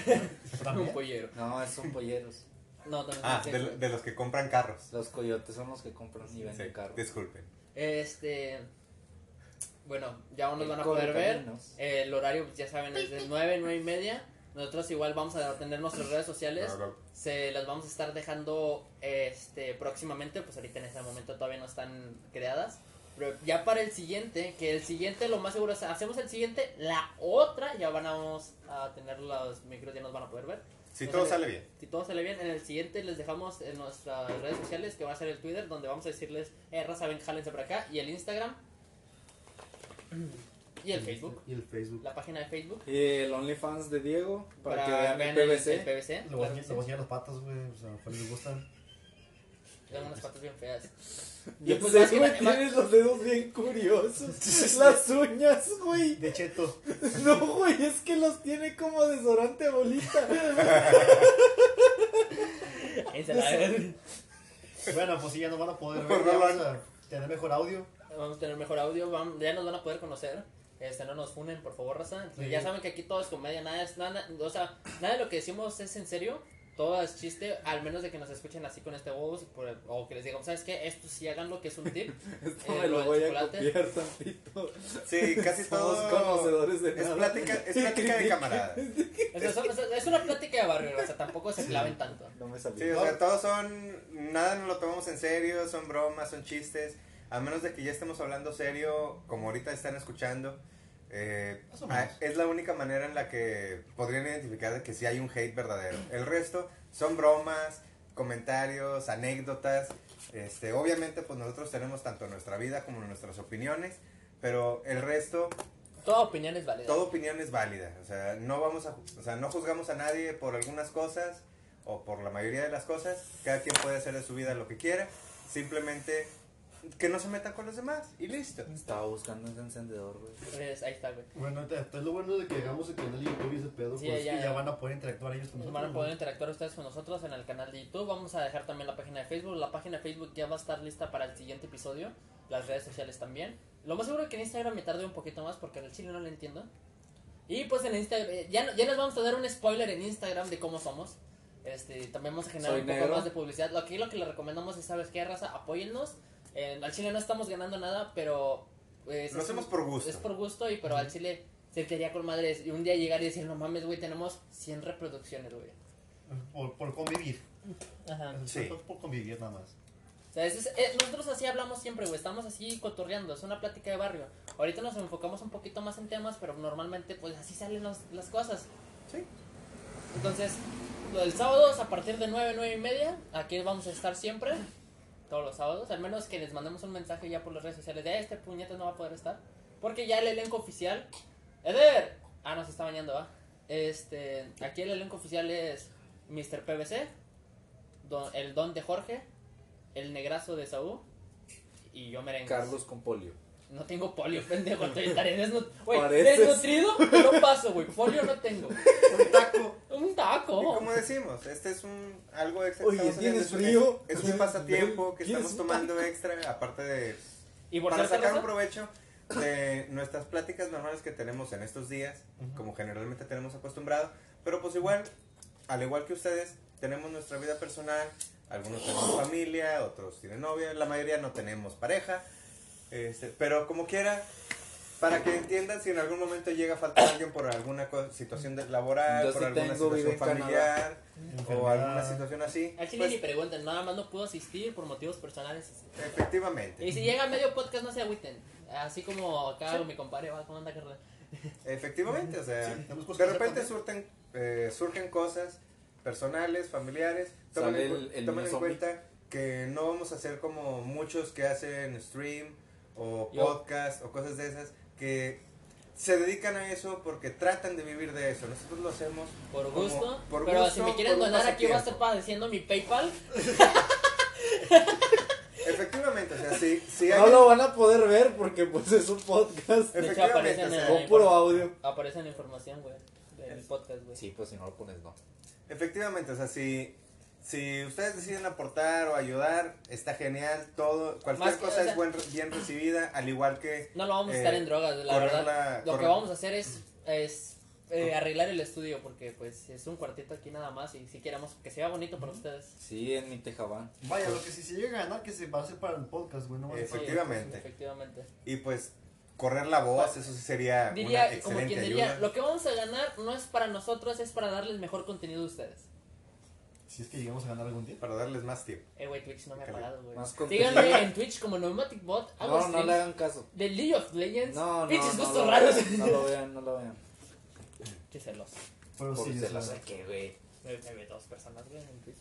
Speaker 2: También.
Speaker 3: pollero.
Speaker 1: No, es son polleros.
Speaker 3: No, también
Speaker 4: Ah,
Speaker 3: sí,
Speaker 4: de,
Speaker 3: güey.
Speaker 4: de los que compran carros.
Speaker 1: Los coyotes son los que compran y venden
Speaker 4: Sí,
Speaker 1: carros.
Speaker 4: disculpen.
Speaker 3: Este, bueno, ya aún nos
Speaker 1: El
Speaker 3: van a poder ver.
Speaker 1: correcaminos.
Speaker 3: Eh, El horario, pues, ya saben, es de 9, 9 y media. Nosotros igual vamos a tener nuestras redes sociales.
Speaker 4: No, no.
Speaker 3: Se las vamos a estar dejando este próximamente, pues ahorita en este momento todavía no están creadas. Pero ya para el siguiente, que el siguiente lo más seguro es, hacemos el siguiente, la otra ya van a, vamos a tener los micros, ya nos van a poder ver.
Speaker 4: Si
Speaker 3: No
Speaker 4: todo
Speaker 3: sale-
Speaker 4: sale bien.
Speaker 3: Si todo sale bien, en el siguiente les dejamos en nuestras redes sociales, que va a ser el Twitter, donde vamos a decirles, eh, raza, ven, jálense para acá, y el Instagram, y el Facebook,
Speaker 2: Y el Facebook.
Speaker 3: la página de Facebook,
Speaker 1: Y el OnlyFans de Diego, para, que vean el
Speaker 3: el
Speaker 1: PVC.
Speaker 3: el PVC,
Speaker 2: Le voy a
Speaker 3: claro que
Speaker 2: le
Speaker 3: sí.
Speaker 2: voy a enseñar las patas, güey. O sea, ¿cuáles les gustan?
Speaker 3: Tengo unas patas bien feas.
Speaker 1: Yo
Speaker 3: Pues,
Speaker 1: sé,
Speaker 3: más que
Speaker 1: güey,
Speaker 3: na-
Speaker 1: tienes los dedos bien curiosos. Las uñas, güey.
Speaker 2: De cheto.
Speaker 1: No, güey, es que los tiene como desodorante bolita.
Speaker 3: Ensalada.
Speaker 2: Bueno, pues sí, ya no van a poder
Speaker 4: Por
Speaker 2: ver. ya
Speaker 4: Roland.
Speaker 2: vamos a tener mejor audio.
Speaker 3: Vamos a tener mejor audio, vam- ya nos van a poder conocer. Este, no nos funen, por favor, raza. Entonces,
Speaker 2: Sí.
Speaker 3: Ya saben que aquí todo es comedia, nada es nada, o sea, nada de lo que decimos es en serio, todo es chiste, al menos de que nos escuchen así con este huevos por- o que les digamos, ¿sabes qué? Esto sí hagan lo que es un tip.
Speaker 1: Esto
Speaker 3: Eh,
Speaker 1: me
Speaker 3: lo
Speaker 1: lo
Speaker 3: del
Speaker 1: voy a
Speaker 3: chocolate.
Speaker 1: copiar tantito.
Speaker 4: Sí, casi
Speaker 1: Somos
Speaker 4: todos
Speaker 1: conocedores de
Speaker 4: Es
Speaker 1: nada.
Speaker 4: plática, es plática de camaradas.
Speaker 3: O sea, son- son- es una plática de barrio, o sea, tampoco se claven tanto.
Speaker 1: No me salió.
Speaker 4: Sí, o sea, todos son. Nada nos lo tomamos en serio, son bromas, son chistes. A menos de que ya estemos hablando serio, como ahorita están escuchando. eh,
Speaker 2: Más o menos.
Speaker 4: ah, es la única manera en la que podrían identificar de que sí hay un hate verdadero. El resto son bromas, comentarios, anécdotas. Este, obviamente, pues nosotros tenemos tanto nuestra vida como nuestras opiniones. Pero el resto,
Speaker 3: Toda opinión es válida.
Speaker 4: toda opinión es válida. O sea, no vamos a, ju- o sea, no juzgamos a nadie por algunas cosas o por la mayoría de las cosas. Cada quien puede hacer de su vida lo que quiera. Simplemente que no se metan con los demás y listo.
Speaker 1: Estaba buscando ese encendedor, güey.
Speaker 3: Entonces, ahí está, güey.
Speaker 2: Bueno, te- esto es lo bueno de que hagamos el canal de YouTube y ese pedo.
Speaker 3: Sí,
Speaker 2: pues, es
Speaker 3: ya-
Speaker 2: que ya van a poder interactuar ellos con
Speaker 3: Nos
Speaker 2: nosotros.
Speaker 3: van a
Speaker 2: güey.
Speaker 3: poder interactuar ustedes con nosotros en el canal de YouTube. Vamos a dejar también la página de Facebook. La página de Facebook ya va a estar lista para el siguiente episodio. Las redes sociales también. Lo más seguro que en Instagram me tarde un poquito más porque en el chile no lo entiendo. Y pues en Instagram, eh, ya, no- ya les vamos a dar un spoiler en Instagram de cómo somos. Este, también vamos a generar
Speaker 1: Soy
Speaker 3: un poco
Speaker 1: negro.
Speaker 3: más de publicidad. Lo- Aquí lo que les recomendamos es, ¿sabes qué, raza? Apóyennos. Eh, al chile no estamos ganando nada, pero... pues,
Speaker 4: Lo
Speaker 3: es
Speaker 4: hacemos
Speaker 3: un-
Speaker 4: por gusto.
Speaker 3: es por gusto y pero al chile se quería con madres y un día llegar y decir, no mames, güey, tenemos 100 reproducciones, güey.
Speaker 2: Por, por convivir.
Speaker 3: Ajá.
Speaker 4: Sí.
Speaker 2: Por- Por convivir nada más.
Speaker 3: O sea, es- es- eh, nosotros así hablamos siempre, güey, estamos así cotorreando, es una plática de barrio. Ahorita nos enfocamos un poquito más en temas, pero normalmente pues así salen los- las cosas.
Speaker 4: Sí.
Speaker 3: Entonces, lo del sábado es a partir de 9, 9 y media, aquí vamos a estar siempre, todos los sábados, al menos que les mandemos un mensaje ya por las redes sociales de "Eh, este puñete no va a poder estar, porque ya el elenco oficial... Eder, ah, no, se está bañando, va. Este, aquí el elenco oficial es Mr. PVC, don- el don de Jorge, el negrazo de Saúl y yo merengue.
Speaker 1: Carlos con polio.
Speaker 3: No tengo polio, pendejo. Estoy estaré desnu- güey,
Speaker 1: Pareces.
Speaker 3: desnutrido. No paso, güey. Polio no tengo.
Speaker 4: Un taco.
Speaker 3: Un
Speaker 4: Y
Speaker 3: taco.
Speaker 4: como decimos, este es un algo extra. que
Speaker 1: Oye,
Speaker 4: estamos haciendo,
Speaker 1: ¿tienes
Speaker 4: es un-
Speaker 1: frío?
Speaker 4: Es un pasatiempo que
Speaker 1: ¿Quieres
Speaker 4: estamos
Speaker 1: un
Speaker 4: tomando extra, aparte de
Speaker 3: Y por
Speaker 4: para
Speaker 3: cierto,
Speaker 4: sacar
Speaker 3: Rosa,
Speaker 4: un provecho de nuestras pláticas normales que tenemos en estos días, como generalmente tenemos acostumbrado, pero pues igual, al igual que ustedes, tenemos nuestra vida personal, algunos tenemos familia, otros tienen novia, la mayoría no tenemos pareja, este, pero como quiera, Para que entiendan si en algún momento llega a faltar alguien por alguna co- situación de- laboral,
Speaker 1: Yo
Speaker 4: por
Speaker 1: sí
Speaker 4: alguna
Speaker 1: tengo, vivo
Speaker 4: situación
Speaker 1: en Canadá.
Speaker 4: familiar o
Speaker 2: Enfermedad.
Speaker 4: alguna situación así.
Speaker 3: Al chile
Speaker 4: pues,
Speaker 3: ni preguntan, nada más no pudo asistir por motivos personales. Y
Speaker 4: efectivamente.
Speaker 3: si llega medio podcast, no se agüiten. Así como acá mi compadre va, ¿cómo anda, carnal?
Speaker 4: Efectivamente, o sea,
Speaker 2: Sí, tenemos cosas
Speaker 4: de
Speaker 2: que hacer
Speaker 4: repente surten, eh, surgen cosas personales, familiares. Tomen
Speaker 1: Sale
Speaker 4: en, cu-
Speaker 1: el- el
Speaker 4: tomen
Speaker 1: niño
Speaker 4: en
Speaker 1: zombie.
Speaker 4: cuenta que no vamos a hacer como muchos que hacen stream o
Speaker 3: Yo.
Speaker 4: podcast o cosas de esas que se dedican a eso porque tratan de vivir de eso. Nosotros lo hacemos
Speaker 3: Por
Speaker 4: como-
Speaker 3: gusto.
Speaker 4: por
Speaker 3: pero
Speaker 4: gusto,
Speaker 3: si me quieren
Speaker 4: por un
Speaker 3: donar, aquí va a estar
Speaker 4: pasatiempo.
Speaker 3: padeciendo mi PayPal.
Speaker 4: Efectivamente, o sea, si, si
Speaker 1: No
Speaker 4: alguien-
Speaker 1: lo van a poder ver porque pues es un podcast
Speaker 3: De hecho,
Speaker 4: Efectivamente,
Speaker 3: aparece en
Speaker 4: o sea,
Speaker 3: el-
Speaker 1: con puro audio.
Speaker 3: Aparece en la información, güey. Del podcast, güey.
Speaker 1: Sí, pues si no lo pones no.
Speaker 4: Efectivamente, o sea, si, si ustedes deciden aportar o ayudar, está genial, todo, cualquier
Speaker 3: Más que-
Speaker 4: cosa
Speaker 3: o sea-
Speaker 4: es buen- bien recibida, al igual que...
Speaker 3: No lo vamos a
Speaker 4: eh,
Speaker 3: estar en drogas, la
Speaker 4: correr
Speaker 3: verdad.
Speaker 4: la-
Speaker 3: lo que
Speaker 4: correr-
Speaker 3: vamos a hacer es, es eh, arreglar el estudio porque pues es un cuartito aquí nada más y si queremos que sea bonito para ustedes.
Speaker 1: Sí, en mi tejabán.
Speaker 2: Vaya,
Speaker 4: Pues
Speaker 2: lo que si se llega a ganar, que se va a hacer para el podcast, güey. No va a ser para-
Speaker 4: Efectivamente.
Speaker 3: Sí, efectivamente.
Speaker 4: Y pues, correr la voz, eso sí sería una
Speaker 3: Diría, como
Speaker 4: excelente
Speaker 3: quien
Speaker 4: ayuda.
Speaker 3: diría, lo que vamos a ganar no es para nosotros, es para darles mejor contenido a ustedes.
Speaker 2: Si es que llegamos a ganar algún día.
Speaker 4: Para darles más tiempo.
Speaker 3: Eh, güey, Twitch no me ha
Speaker 4: Ojalá.
Speaker 3: pagado, güey.
Speaker 1: Más contenido.
Speaker 3: Síganme en Twitch como Nomadic Bot, hago
Speaker 1: No, no
Speaker 3: streams
Speaker 1: le hagan caso.
Speaker 3: de League of Legends,
Speaker 1: No, no,
Speaker 3: pinches
Speaker 1: no,
Speaker 3: gustos
Speaker 1: lo-
Speaker 3: raros.
Speaker 1: No lo vean, no lo vean.
Speaker 3: Qué celoso.
Speaker 2: Pero
Speaker 1: Porque
Speaker 2: sí,
Speaker 1: se
Speaker 2: o
Speaker 1: la
Speaker 2: sea,
Speaker 1: saqué, güey.
Speaker 3: Me, me ve dos personas, güey, en Twitch.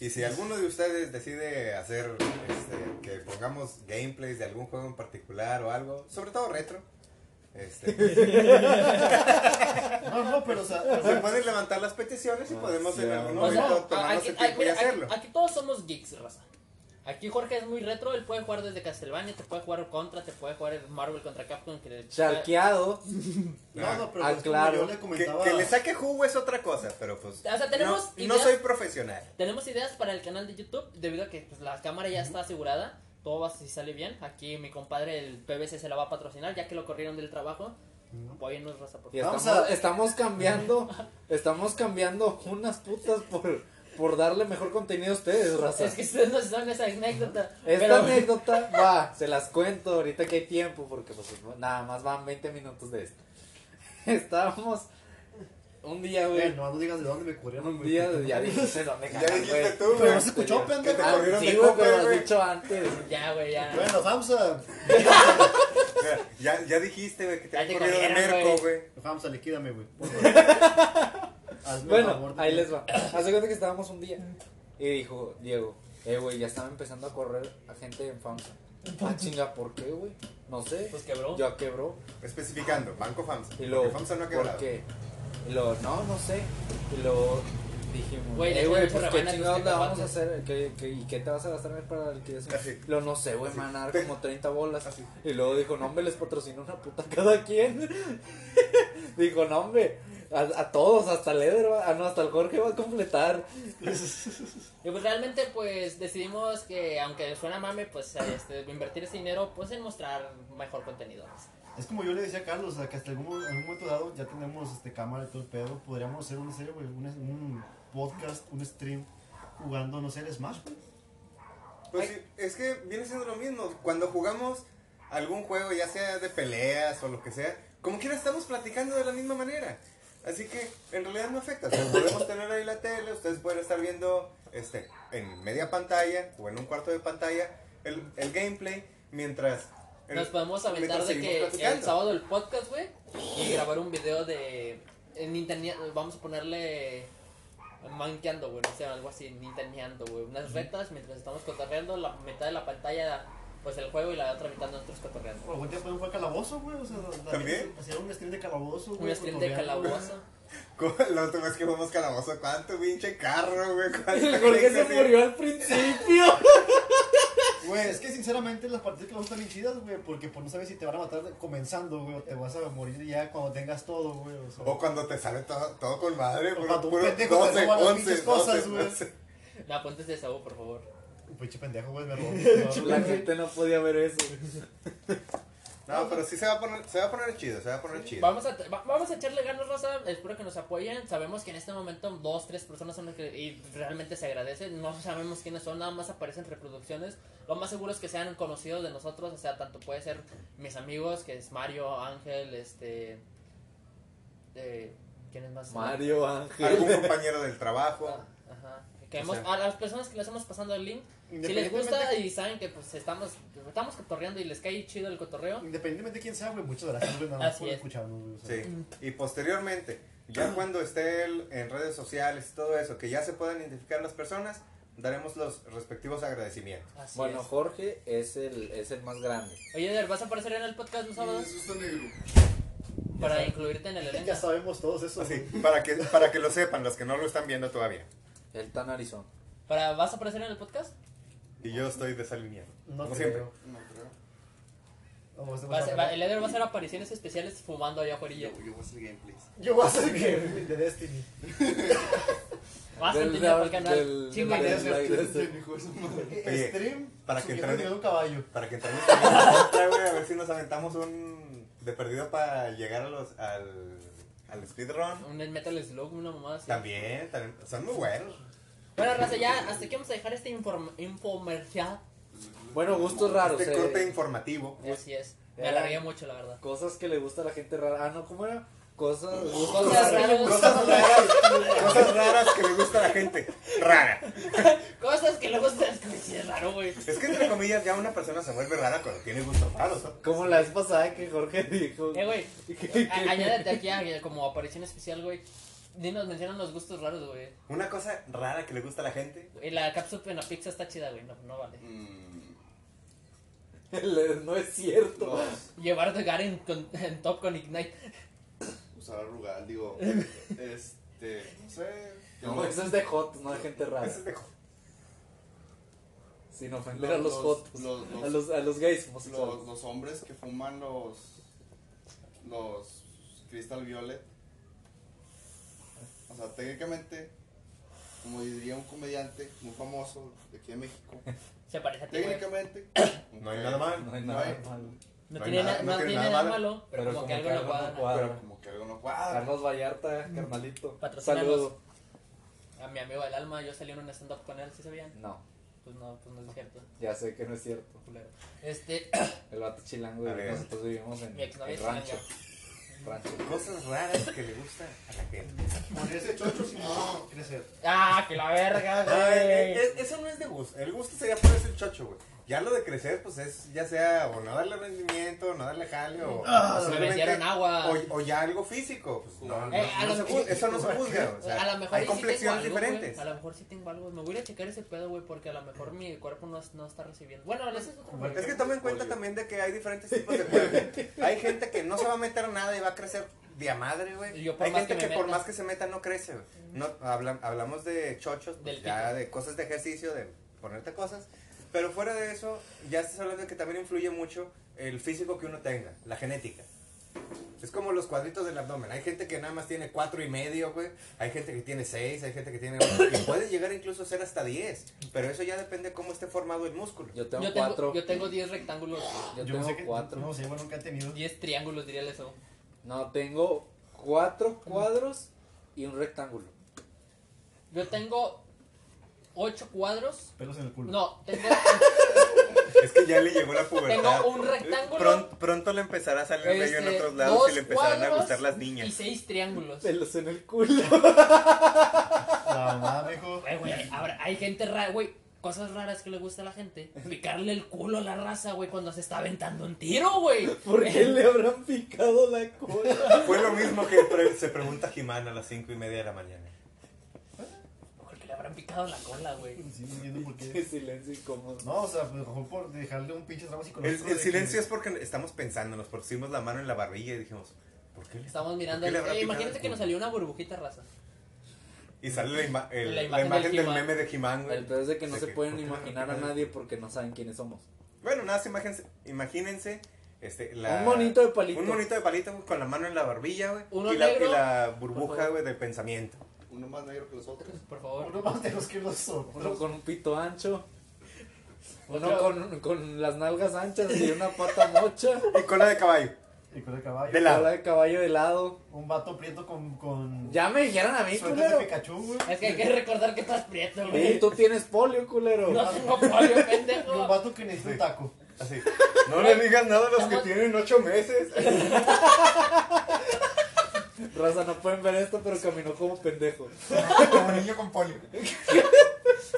Speaker 4: Y si alguno de ustedes decide hacer este, que pongamos gameplays de algún juego en particular o algo, sobre todo retro, este,
Speaker 2: No, no, pero o sea,
Speaker 4: se pueden levantar las peticiones y
Speaker 1: Ah,
Speaker 4: podemos
Speaker 1: sí,
Speaker 4: en algún
Speaker 1: no,
Speaker 3: O sea,
Speaker 4: momento tomarnos
Speaker 3: aquí,
Speaker 4: el
Speaker 3: ay,
Speaker 4: tiempo y
Speaker 3: mira, aquí-
Speaker 4: hacerlo.
Speaker 3: aquí todos somos geeks, raza. Aquí Jorge es muy retro, él puede jugar desde Castlevania, te puede jugar contra, te puede jugar Marvel contra Capcom. Que le-
Speaker 1: Charqueado.
Speaker 2: no, no, pero
Speaker 1: Ah,
Speaker 2: es como
Speaker 1: claro.
Speaker 2: yo le
Speaker 4: Que,
Speaker 2: comentaba.
Speaker 4: que le saque jugo es otra cosa, pero pues.
Speaker 3: O sea, tenemos
Speaker 4: no, no
Speaker 3: ideas-
Speaker 4: soy profesional.
Speaker 3: Tenemos ideas para el canal de YouTube, debido a que pues, la cámara ya está asegurada, todo va si sale bien. Aquí mi compadre, el PBC, se la va a patrocinar, ya que lo corrieron del trabajo. Apóyennos, raza, por
Speaker 1: Y
Speaker 3: favor.
Speaker 1: estamos,
Speaker 2: Vamos a-
Speaker 1: estamos cambiando, estamos cambiando unas putas por, por darle mejor contenido a ustedes, raza.
Speaker 3: Es que ustedes no saben esa anécdota.
Speaker 1: Esta
Speaker 3: pero-
Speaker 1: anécdota, va, se las cuento ahorita que hay tiempo, porque pues nada más van 20 minutos de esto. Estábamos un día,
Speaker 2: Eh,
Speaker 1: güey,
Speaker 2: no, no digas de dónde me corrieron.
Speaker 1: un
Speaker 2: güey.
Speaker 1: día, ya dijiste dónde
Speaker 4: Ya
Speaker 1: cagar,
Speaker 4: dijiste
Speaker 1: güey.
Speaker 4: tú,
Speaker 2: Pero no se
Speaker 1: Que
Speaker 2: escuchó,
Speaker 1: te
Speaker 2: pendejo.
Speaker 1: Ah,
Speaker 4: corrieron
Speaker 1: Sí,
Speaker 4: de
Speaker 1: güey,
Speaker 4: copa,
Speaker 1: pero lo has
Speaker 4: güey.
Speaker 1: dicho antes.
Speaker 3: Ya, güey, ya.
Speaker 2: Bueno, vamos a.
Speaker 4: O sea, ya, ya dijiste, güey, que te
Speaker 3: Ya
Speaker 4: había
Speaker 3: te
Speaker 4: corrido de
Speaker 3: corrieron,
Speaker 4: Merco,
Speaker 3: güey.
Speaker 4: güey.
Speaker 2: Vamos a liquídame, güey. por favor. Hazme el
Speaker 1: Bueno,
Speaker 2: favor de-
Speaker 1: ahí les va. Hace cuenta que estábamos un día y dijo Diego, eh, güey, ya estaba empezando a correr a gente en FAMSA. Ah, chinga, ¿por qué, güey? No sé.
Speaker 3: Pues quebró.
Speaker 1: Ya quebró.
Speaker 4: Especificando, Banco FAMSA.
Speaker 1: Y
Speaker 4: porque
Speaker 1: luego,
Speaker 4: FAMSA no ha
Speaker 1: ¿por
Speaker 4: quebrado.
Speaker 1: qué? Y luego, no, no sé. Y luego dijimos,
Speaker 3: Güey,
Speaker 1: eh,
Speaker 3: ya
Speaker 1: güey,
Speaker 3: tenemos
Speaker 1: pues qué
Speaker 3: rebanas,
Speaker 1: chingados
Speaker 3: los
Speaker 1: le vamos a
Speaker 3: cacahuates.
Speaker 1: hacer. ¿Qué, qué, y qué te vas a gastar para el que es?
Speaker 4: Así.
Speaker 1: Lo no sé, güey, manar como 30 bolas.
Speaker 4: Así.
Speaker 1: Y luego dijo, no, hombre, les patrocino una puta a cada quien. dijo, no, hombre, a, a todos, hasta el Eder, va- ah, no, hasta el Jorge va a completar.
Speaker 3: Y pues realmente pues decidimos que aunque suena mame, pues este, invertir ese dinero pues en mostrar mejor contenido.
Speaker 2: Es como yo le decía a Carlos, o sea, que hasta algún, mo- algún momento dado ya tenemos este, cámara y todo el pedo. Podríamos hacer una serie, güey, un, un podcast, un stream jugando, no sé, el Smash, güey.
Speaker 4: Pues sí, es que viene siendo lo mismo. Cuando jugamos algún juego, ya sea de peleas o lo que sea, como quiera estamos platicando de la misma manera. Así que en realidad no afecta. O sea, podemos tener ahí la tele, ustedes pueden estar viendo este en media pantalla o en un cuarto de pantalla el, el gameplay mientras.
Speaker 3: Nos podemos aventar
Speaker 4: Eh, mientras
Speaker 3: de
Speaker 4: seguimos
Speaker 3: que el
Speaker 4: platicando.
Speaker 3: sábado el podcast, güey, y grabar un video de en internet, vamos a ponerle manqueando, güey, no sé, algo así, ninteneando, güey, unas retas mientras estamos cotorreando, la mitad de la pantalla pues el juego y la otra mitad nosotros cotorreando.
Speaker 2: O algún día podemos jugar calabozo, güey. O sea, también
Speaker 4: ¿También?
Speaker 2: Hacer un stream de calabozo, güey. pues,
Speaker 3: Un stream de
Speaker 2: cotorreando, güey.
Speaker 3: calabozo.
Speaker 4: ¿Cómo? La última vez que fuimos calabozo, ¿cuánto pinche carro, güey? ¿Cuánta
Speaker 1: Jorge
Speaker 4: gente
Speaker 1: se
Speaker 4: así?
Speaker 1: murió al principio.
Speaker 2: Güey, es que sinceramente las partidas de calabozo están bien chidas, güey. Porque pues no sabes si te van a matar de- comenzando, güey. O te vas a morir ya cuando tengas todo, güey. O sea,
Speaker 4: O cuando te sale todo, todo con madre,
Speaker 2: O
Speaker 4: puro,
Speaker 2: cuando un
Speaker 4: puro
Speaker 2: pendejo te
Speaker 4: 12,
Speaker 2: roba las
Speaker 4: 11,
Speaker 2: pinches cosas,
Speaker 4: 12,
Speaker 2: güey.
Speaker 4: 11.
Speaker 3: No, apuntes de Saúl, por favor.
Speaker 2: pinche pendejo, güey, me robó.
Speaker 1: La gente no podía ver eso.
Speaker 4: No, pero sí se va a poner, se va a poner chido, se va a poner chido.
Speaker 3: Vamos a, va- vamos a echarle ganas, Rosa. Espero que nos apoyen. Sabemos que en este momento dos, tres personas son las que y realmente se agradece. No sabemos quiénes son, nada más aparecen reproducciones. Lo más seguro es que sean conocidos de nosotros. O sea, tanto puede ser mis amigos, que es Mario, Ángel, este. eh, ¿Quién es más?
Speaker 1: Mario Ángel.
Speaker 4: Algún compañero del trabajo.
Speaker 3: Ah, Ajá. Que hemos-
Speaker 4: O sea.
Speaker 3: a las personas que les hemos pasando el link, si les gusta y saben que pues estamos, estamos cotorreando y les cae chido el cotorreo,
Speaker 2: Independientemente de quién sea, güey, muchas gracias, güey, nada más
Speaker 3: Así
Speaker 2: por
Speaker 3: es.
Speaker 2: escucharnos, güey. o sea.
Speaker 4: Sí. Y posteriormente, ya cuando esté el- en redes sociales y todo eso, que ya se puedan identificar las personas, daremos los respectivos agradecimientos.
Speaker 3: así
Speaker 1: Bueno,
Speaker 3: es.
Speaker 1: Jorge es el, es el más grande.
Speaker 3: Oye, Eder, ¿vas a aparecer en el podcast los sábados?
Speaker 5: Eso está negro.
Speaker 3: Para
Speaker 2: sabe.
Speaker 3: incluirte en el
Speaker 2: Ya
Speaker 3: elenco.
Speaker 2: sabemos todos eso.
Speaker 4: Así,
Speaker 2: güey.
Speaker 4: para que, para que lo sepan, los que no lo están viendo todavía.
Speaker 1: El tan Arizón.
Speaker 3: Para, ¿Vas a aparecer en el podcast?
Speaker 4: Y yo estoy desalineado.
Speaker 2: No
Speaker 4: como
Speaker 2: creo.
Speaker 4: siempre.
Speaker 5: No creo.
Speaker 2: No, este
Speaker 3: Va
Speaker 2: va
Speaker 3: a
Speaker 2: a
Speaker 3: ser-
Speaker 2: ser-
Speaker 3: va- el Eder va a hacer apariciones especiales fumando allá afuera.
Speaker 5: Yo, yo voy a hacer gameplays.
Speaker 2: Yo voy a ser que de Destiny.
Speaker 3: Vas a
Speaker 1: Del-
Speaker 3: entender por
Speaker 1: del-
Speaker 3: qué canal.
Speaker 1: del-
Speaker 3: Chingo de
Speaker 1: del-
Speaker 3: ideas.
Speaker 1: la iglesia.
Speaker 5: Hijo de su madre.
Speaker 4: Oye,
Speaker 2: Stream
Speaker 4: para que
Speaker 2: subiendo
Speaker 4: entrene.
Speaker 2: de un caballo.
Speaker 4: Para que entremos en la otra, güey, a ver si nos aventamos un de perdido para llegar a los, al, al speedrun.
Speaker 3: Un Metal Slug, una mamada así.
Speaker 4: También, también, son muy buenos.
Speaker 3: Bueno, raza, ya hasta aquí vamos a dejar este inform- infomercial.
Speaker 1: Bueno, gustos raros.
Speaker 4: Este
Speaker 1: eh,
Speaker 4: corte informativo.
Speaker 3: Así es. Me
Speaker 1: Eh.
Speaker 3: alargué mucho, la verdad.
Speaker 1: Cosas que le gusta a la gente rara. Ah, no, ¿cómo era? Cosas, gustos
Speaker 3: Cosas
Speaker 1: raros.
Speaker 3: raras.
Speaker 4: Cosas raras, cosas raras que le gusta a la gente. Rara.
Speaker 3: Cosas que luego se sí, es raro, güey.
Speaker 4: Es que entre comillas ya una persona se vuelve rara cuando tiene gustos raros. ¿no?
Speaker 1: Como la vez pasada que Jorge dijo.
Speaker 3: Eh, güey.
Speaker 1: que-
Speaker 3: a- Añádete aquí a- eh, como aparición especial, güey. Dinos, mencionan los gustos raros, güey.
Speaker 4: Una cosa rara que le gusta a la gente.
Speaker 3: Y La capsule en la pizza está chida, güey. No, no vale.
Speaker 5: Mm,
Speaker 1: el- No es cierto.
Speaker 5: dos.
Speaker 3: Llevar de Garen con- en top con Ignite.
Speaker 5: Usar rugal, digo. Este. No sé.
Speaker 1: No, eso es de hot, no de gente rara.
Speaker 4: Eso es de jo-
Speaker 1: Sin ofender a los jotos.
Speaker 5: los- los-
Speaker 1: a, los, a los gays homosexuales.
Speaker 5: Los, los hombres que fuman los. Los. Crystal Violet. O sea, técnicamente, como diría un comediante muy famoso de aquí de México,
Speaker 3: Se parece a ti, güey.
Speaker 5: técnicamente.
Speaker 4: No hay nada mal.
Speaker 1: No hay
Speaker 5: No
Speaker 1: nada
Speaker 5: hay-
Speaker 1: malo.
Speaker 3: No,
Speaker 4: No hay
Speaker 3: tiene,
Speaker 4: nada-
Speaker 3: na-
Speaker 4: no
Speaker 3: no
Speaker 4: tiene
Speaker 3: tiene
Speaker 4: nada
Speaker 3: nada malo, pero, como, que algo no
Speaker 1: no
Speaker 3: cuadra.
Speaker 5: Pero como que algo no cuadra.
Speaker 1: Carlos Vallarta, carnalito.
Speaker 3: Patrocínanos.
Speaker 1: Saludos.
Speaker 3: A mi amigo del alma, yo salí en un stand-up con él, ¿sí sabían?
Speaker 1: No,
Speaker 3: Pues no, pues no es cierto,
Speaker 1: ya sé que no es cierto.
Speaker 3: culero. Este,
Speaker 1: El vato chilango
Speaker 4: A
Speaker 1: y
Speaker 4: ver.
Speaker 1: nosotros vivimos en,
Speaker 3: mi exnovia
Speaker 1: en
Speaker 3: es
Speaker 1: rancho.
Speaker 3: chilanga.
Speaker 1: rancho.
Speaker 4: Cosas raras que le gusta a la gente.
Speaker 2: Ponerse chocho si no crecer.
Speaker 3: ¡Ah, que la verga,
Speaker 4: Ah, eh,
Speaker 3: güey!
Speaker 4: eh, eso no es de gusto. El gusto sería ponerse el chocho, güey. Ya lo de crecer, pues es ya sea o no darle rendimiento, no darle jale o. o
Speaker 3: me
Speaker 4: simplemente-
Speaker 3: metieron agua.
Speaker 4: O, o ya algo físico. Pues, no, no,
Speaker 3: Eh, a
Speaker 4: no
Speaker 3: lo
Speaker 4: se
Speaker 3: que-
Speaker 4: juzga, eso no se juzga. güey. O sea,
Speaker 3: a lo mejor
Speaker 4: hay
Speaker 3: y sí tengo
Speaker 4: complexiones
Speaker 3: algo, güey.
Speaker 4: diferentes.
Speaker 3: A lo mejor sí tengo algo. Me voy a ir a checar ese pedo, güey, porque a lo mejor mi cuerpo no, no está recibiendo. Bueno, ese es otro
Speaker 4: Es que
Speaker 3: rollo.
Speaker 4: tomen en cuenta también de que hay diferentes tipos de cuerpo. Hay gente que no se va a meter nada y va a crecer de a madre, güey.
Speaker 3: Y yo por
Speaker 4: Hay
Speaker 3: más
Speaker 4: gente
Speaker 3: que
Speaker 4: que,
Speaker 3: me
Speaker 4: por
Speaker 3: meta.
Speaker 4: más que se meta no crece, güey. No, habla- hablamos de chochos, pues,
Speaker 3: Del
Speaker 4: ya
Speaker 3: pico.
Speaker 4: de cosas de ejercicio, de ponerte cosas. Pero fuera de eso, ya estás hablando de que también influye mucho el físico que uno tenga, la genética. Es como los cuadritos del abdomen. Hay gente que nada más tiene cuatro y medio, güey. Hay gente que tiene seis, hay gente que tiene ocho. Y puede llegar incluso a ser hasta 10. Pero eso ya depende de cómo esté formado el músculo.
Speaker 1: Yo tengo
Speaker 3: yo tengo,
Speaker 1: cuatro.
Speaker 3: yo tengo 10 rectángulos,
Speaker 1: Yo,
Speaker 2: no sé
Speaker 1: tengo
Speaker 2: que-
Speaker 1: cuatro.
Speaker 2: No sé, bueno, nunca he tenido.
Speaker 3: 10 triángulos, diría eso.
Speaker 1: No, tengo cuatro cuadros y un rectángulo.
Speaker 3: Yo tengo 8 cuadros.
Speaker 2: Pelos en el culo.
Speaker 3: No, este, tengo,
Speaker 4: Es que ya le llegó la pubertad.
Speaker 3: tengo un rectángulo.
Speaker 4: Pron- pronto le empezará a salir bello en
Speaker 3: Este,
Speaker 4: otros lados y
Speaker 3: dos
Speaker 4: le empezarán a
Speaker 3: cuadros
Speaker 4: gustar las
Speaker 3: Y
Speaker 4: niñas.
Speaker 3: seis triángulos.
Speaker 1: Pelos en el culo.
Speaker 2: La mamá, viejo.
Speaker 3: Güey, güey, ahora, hay gente rara, güey. Cosas raras que le gusta a la gente. Picarle el culo a la raza, güey, cuando se está aventando un tiro, güey.
Speaker 1: ¿Por qué le habrán picado la cola?
Speaker 4: Fue lo mismo que pre- se pregunta Jimán a las cinco y media de la mañana.
Speaker 3: Porque le habrán picado la cola, güey.
Speaker 2: Sí, no entiendo por
Speaker 1: Qué
Speaker 2: qué.
Speaker 1: silencio incómodo.
Speaker 2: No, o sea, pues, mejor por dejarle un pinche trauma
Speaker 4: El,
Speaker 2: psicológico.
Speaker 4: el
Speaker 2: de
Speaker 4: silencio
Speaker 2: que-
Speaker 4: es porque estamos pensando, nos pusimos la mano en la barbilla y dijimos, ¿por qué le
Speaker 3: Estamos mirando.
Speaker 4: ¿Por qué le habrá
Speaker 3: eh,
Speaker 4: picado
Speaker 3: imagínate
Speaker 4: el
Speaker 3: que
Speaker 4: culo?
Speaker 3: nos salió una burbujita raza.
Speaker 4: Y sale la, ima- el-
Speaker 3: La
Speaker 4: la
Speaker 3: imagen
Speaker 4: imagen,
Speaker 3: del
Speaker 4: del,
Speaker 3: He-Man.
Speaker 4: meme de Jimán, güey.
Speaker 1: El peor es de que no
Speaker 4: De
Speaker 1: se
Speaker 4: que,
Speaker 1: pueden
Speaker 4: ¿por qué le habrá
Speaker 1: imaginar a
Speaker 4: picado el
Speaker 1: nadie
Speaker 4: culo?
Speaker 1: porque no saben quiénes somos.
Speaker 4: Bueno, nada, más imagínense, imagínense este, la-
Speaker 1: Un monito de palito.
Speaker 4: Un monito de palito güey, con la mano en la barbilla,
Speaker 3: Uno
Speaker 4: güey. Y la,
Speaker 3: negro.
Speaker 4: y la
Speaker 3: Por
Speaker 4: burbuja,
Speaker 3: favor.
Speaker 4: güey, del pensamiento.
Speaker 5: Uno más negro que los otros.
Speaker 3: Por favor.
Speaker 2: Uno más de los que los
Speaker 1: Uno
Speaker 2: otros.
Speaker 1: con un pito ancho. Uno con, con las nalgas anchas y una pata mocha.
Speaker 4: Y cola de caballo.
Speaker 2: Y con el caballo.
Speaker 4: De la-
Speaker 1: Cola de caballo de lado.
Speaker 2: Un vato prieto con. con
Speaker 1: Ya me dijeron a mí,
Speaker 2: suéter de
Speaker 1: culero.
Speaker 2: Pikachu, güey.
Speaker 3: Es que hay que recordar que estás prieto,
Speaker 1: Ey,
Speaker 3: güey.
Speaker 1: tú tienes polio, culero.
Speaker 3: No tengo polio,
Speaker 2: Y un
Speaker 3: pendejo.
Speaker 2: vato que necesita
Speaker 4: Sí.
Speaker 2: un taco.
Speaker 4: Así. No le digas nada a los que tienen ocho meses.
Speaker 1: Raza, no pueden ver esto, pero caminó como pendejo.
Speaker 5: Como niño con polio.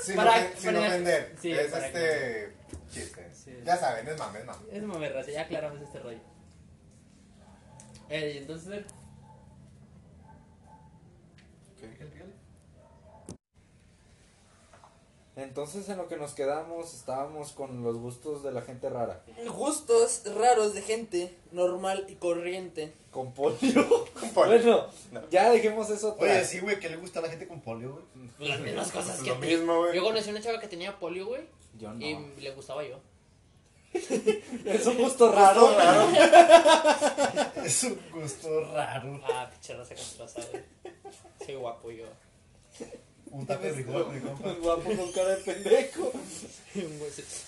Speaker 4: Sin,
Speaker 3: Para-
Speaker 4: ofen- sin
Speaker 3: para-
Speaker 4: ofender.
Speaker 3: sí,
Speaker 4: es
Speaker 3: para
Speaker 4: este. Chiste.
Speaker 3: Sí.
Speaker 5: Ya saben, es mame, es mame.
Speaker 3: Es mame, raza, ya aclaramos este rollo. Ey, entonces,
Speaker 1: Entonces, en lo que nos quedamos, estábamos con los gustos de la gente rara.
Speaker 6: Gustos raros de gente normal y corriente.
Speaker 1: Con polio.
Speaker 4: Con polio.
Speaker 1: Bueno, ya dejemos eso
Speaker 2: Oye,
Speaker 1: atrás.
Speaker 2: sí, güey, que le gusta a la gente con polio, güey.
Speaker 3: las mismas cosas que
Speaker 4: Lo
Speaker 3: a ti.
Speaker 4: mismo, güey.
Speaker 3: Yo conocí una chava que tenía polio, güey,
Speaker 1: Yo no.
Speaker 3: y le gustaba yo.
Speaker 1: Es un gusto raro.
Speaker 2: Es un gusto raro.
Speaker 3: Ah, pinche raza castrosa, güey. Soy guapo yo.
Speaker 2: Un taco de frijol, mi compa.
Speaker 1: Un guapo con cara de pendejo.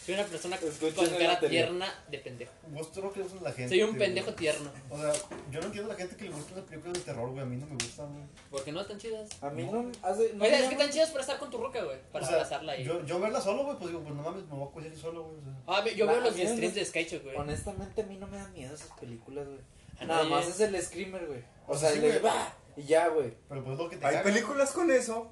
Speaker 3: Soy una persona
Speaker 1: Escuchen
Speaker 3: con
Speaker 1: en la
Speaker 3: cara
Speaker 1: tele.
Speaker 3: tierna de pendejo.
Speaker 2: Un gusto no que le gusta a la gente.
Speaker 3: Soy un
Speaker 2: güey.
Speaker 3: pendejo tierno.
Speaker 2: O sea, yo no entiendo a la gente que le gustan las películas de terror, güey. A mí no me gustan, güey.
Speaker 3: Porque no están chidas.
Speaker 1: A mí no. hace- no me
Speaker 3: Oye, es que
Speaker 1: llama-
Speaker 3: están chidas para estar con tu roca, güey. Para
Speaker 2: O sea,
Speaker 3: abrazarla ahí.
Speaker 2: Yo, yo verla solo, güey, pues digo, pues no mames, me voy a coger solo, güey. o sea.
Speaker 3: Ah, ve- yo
Speaker 1: La-
Speaker 3: veo los
Speaker 1: a mí no
Speaker 3: streams
Speaker 1: me-
Speaker 3: de SketchUp, güey.
Speaker 1: Honestamente, a mí no me dan miedo esas películas,
Speaker 3: Ah,
Speaker 1: güey.
Speaker 3: no,
Speaker 1: Nada
Speaker 3: oye.
Speaker 1: más es el screamer, güey. O sea,
Speaker 2: Sí,
Speaker 1: el de.
Speaker 2: güey.
Speaker 1: ¡Bah! Y ya, güey.
Speaker 2: Pero pues lo que te
Speaker 4: Hay
Speaker 2: caga.
Speaker 4: películas con eso.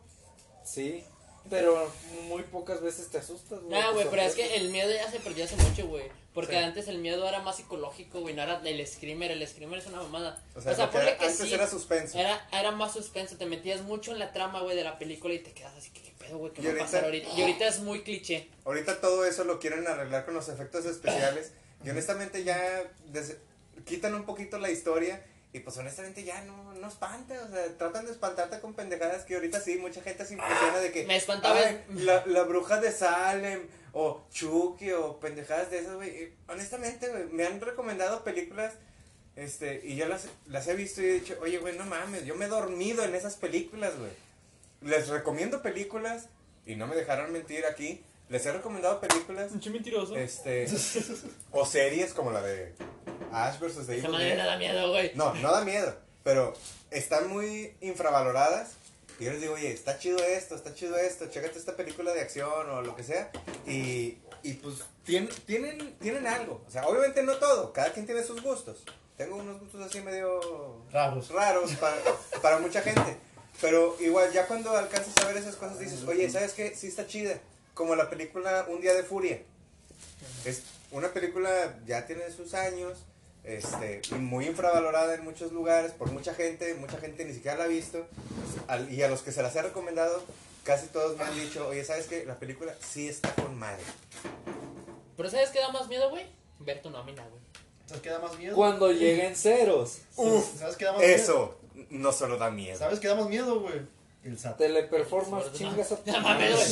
Speaker 1: Sí. Pero muy pocas veces te asustas, güey.
Speaker 4: Pues,
Speaker 3: Nah, Ah, güey,
Speaker 1: Te
Speaker 3: pero es
Speaker 1: sorprendes.
Speaker 3: que el miedo ya se perdió hace mucho, güey. Porque
Speaker 1: Sí.
Speaker 3: antes el miedo era más psicológico, güey. No era el screamer. El screamer es una mamada.
Speaker 4: O sea, lo que
Speaker 3: ponle
Speaker 4: era-
Speaker 3: que
Speaker 4: antes
Speaker 3: sí.
Speaker 4: era suspenso.
Speaker 3: Era, era más suspenso, te metías mucho en la trama, güey, de la película y te quedas así, ¿qué, qué pedo, güey? ¿Qué
Speaker 4: Y
Speaker 3: va a
Speaker 4: ahorita-
Speaker 3: pasar ahorita? Y ahorita es muy cliché.
Speaker 4: Ahorita todo eso lo quieren arreglar con los efectos especiales. Y honestamente ya des- quitan un poquito la historia. Y pues honestamente ya no, no espanta. O sea, tratan de espantarte con pendejadas que ahorita sí, mucha gente se impresiona de que.
Speaker 3: Me espantaba
Speaker 4: "Ay, La, la bruja de Salem. O Chucky. O pendejadas de esas, güey. Y Honestamente, güey, me han recomendado películas. Este, y yo las, las he visto y he dicho, oye, güey, no mames, yo me he dormido en esas películas, güey. Les recomiendo películas, y no me dejarán mentir aquí, les he recomendado películas,
Speaker 3: Pinche mentiroso.
Speaker 4: este, o series como la de Ash vs. The
Speaker 3: Esa
Speaker 4: Evil
Speaker 3: madre no
Speaker 4: Dead.
Speaker 3: da miedo, güey.
Speaker 4: ¿eh? No, no da miedo, pero están muy infravaloradas. Y yo les digo, oye, está chido esto, está chido esto, chécate esta película de acción o lo que sea. Y, y pues tien- tienen, tienen algo. O sea, obviamente no todo, cada quien tiene sus gustos. Tengo unos gustos así medio
Speaker 2: Raros.
Speaker 4: raros para, para mucha gente. Pero igual, ya cuando alcanzas a ver esas cosas, dices, oye, ¿sabes qué? Sí está chida. Como la película Un Día de Furia. Es una película, ya tiene sus años, este, y muy infravalorada en muchos lugares, por mucha gente, mucha gente ni siquiera la ha visto. Al- y a los que se las he recomendado, casi todos me han dicho, oye, ¿sabes qué? La película sí está con madre.
Speaker 3: Pero ¿sabes qué da más miedo, güey? Ver tu nómina, güey.
Speaker 2: ¿Sabes qué da más miedo?
Speaker 1: Cuando lleguen ceros,
Speaker 2: Uf, ¿Sabes qué da más
Speaker 4: Eso no solo da miedo.
Speaker 2: miedo? ¿Sabes qué da más miedo, güey? El SAT.
Speaker 1: te le performas chingas a tu
Speaker 3: No mames,
Speaker 1: madre.